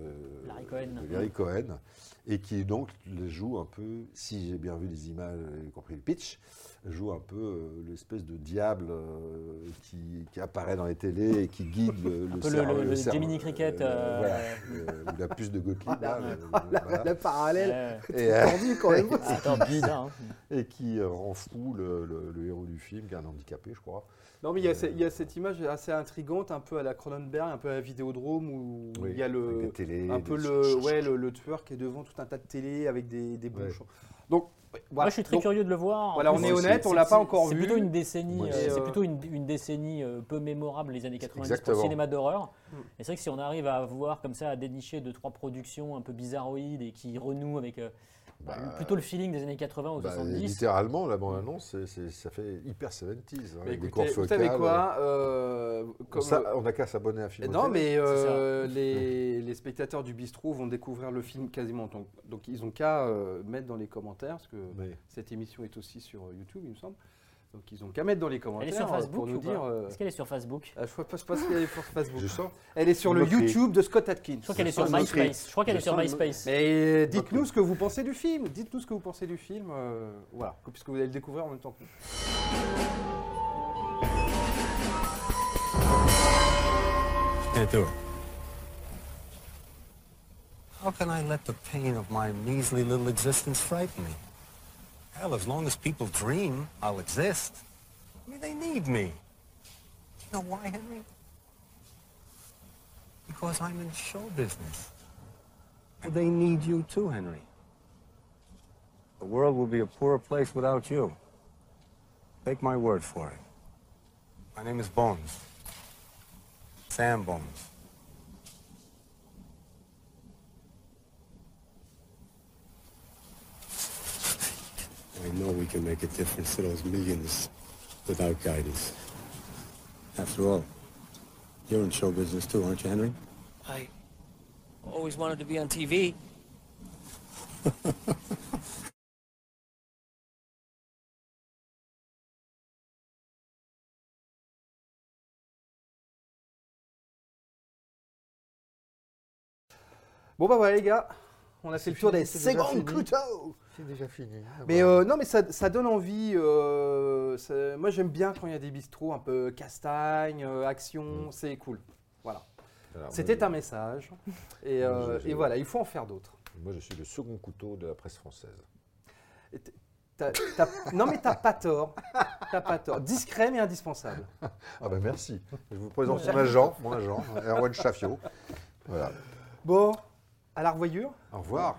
Larry Cohen. de Larry Cohen, et qui donc le joue un peu, si j'ai bien vu les images, y compris le pitch, joue un peu euh, l'espèce de diable euh, qui, qui apparaît dans les télés et qui guide le, Un peu le- cerveau- le- le cerveau- Gemini Cricket, euh, voilà, euh, ou la puce de Ah, Gottlieb. là, le- le- voilà. Le [laughs] parallèle, Ouais. c'est tendu quand même. Ah, Euh, attends, qui, bizarre, hein. et qui euh, rend fou le, le- le héros du film, qui est un handicapé, je crois. Non, mais il y, a ce- il y a cette image assez intrigante, un peu à la Cronenberg, un peu à la Vidéodrome, où Oui, il y a avec le, des télés, un des- peu le, ouais, le, le tueur qui est devant tout un tas de télé avec des, des bouches. Donc, ouais, voilà. Moi, je suis très Donc, curieux de le voir. En Voilà, on plus, est c'est- honnête, c'est- on l'a pas c'est- encore C'est vu. plutôt une décennie, Moi, euh, c'est, c'est euh, plutôt une, une décennie euh, peu mémorable les années 90 pour Exactement. le cinéma d'horreur. Mm. Et c'est vrai que si on arrive à voir comme ça à dénicher deux trois productions un peu bizarroïdes et qui renouent avec euh, bah, le- plutôt le feeling des années 80 ou Bah, 70. littéralement, la bande-annonce, c'est- c'est- ça fait hyper 70s. hein, Mm. Mais avec des écoutez, cours vous savez focales. quoi euh, comme- Ça, on n'a qu'à s'abonner à film. Non, Hôtel. mais euh, les, les spectateurs du bistrot vont découvrir le film quasiment. en tant que- donc ils ont qu'à euh, mettre dans les commentaires, parce que Oui. cette émission est aussi sur euh, YouTube, il me semble. Donc ils ont qu'à mettre dans les Elle commentaires est sur euh, Facebook pour nous ou pas dire. euh, Est-ce qu'elle est sur Facebook euh, je ne sais pas si elle est sur Facebook. Je sens. Elle est sur le Moquerie. YouTube de Scott Atkins. Je crois qu'elle est sur MySpace. Je crois qu'elle est sur MySpace. Mais euh, dites-nous ce que vous pensez du film. Dites-nous ce que vous pensez du film. euh, voilà, puisque vous allez le découvrir en même temps que nous. How can I let the pain of my measly little existence frighten me? Hell, as long as people dream, I'll exist. I mean, they need me. You know why, Henry? Because I'm in show business. Well, they need you too, Henry. The world will be a poorer place without you. Take my word for it. My name is Bones. Sam Bones. I know we can make a difference to those millions without guidance. After all, you're in show business too, aren't you, Henry? I always wanted to be on TV. Bon bah voilà les gars, on a fait le tour des C'est déjà secondes fini. couteaux. C'est déjà fini. hein, Mais euh, non, mais ça, ça donne envie. euh, ça- moi, j'aime bien quand il y a des bistrots un peu castagne, euh, Mm. action, c'est cool. Voilà. Alors, C'était moi, un message. Et, Moi, euh, je- et voilà, il faut en faire d'autres. Moi, je suis le second couteau de la presse française. T'as- t'as- non, mais t'as pas tort. T'as pas tort. Discret mais indispensable. Ah bah, ben merci. Je vous présente mon agent, mon agent, Erwan Chaffiot. Voilà. Bon, à la revoyure. Au revoir.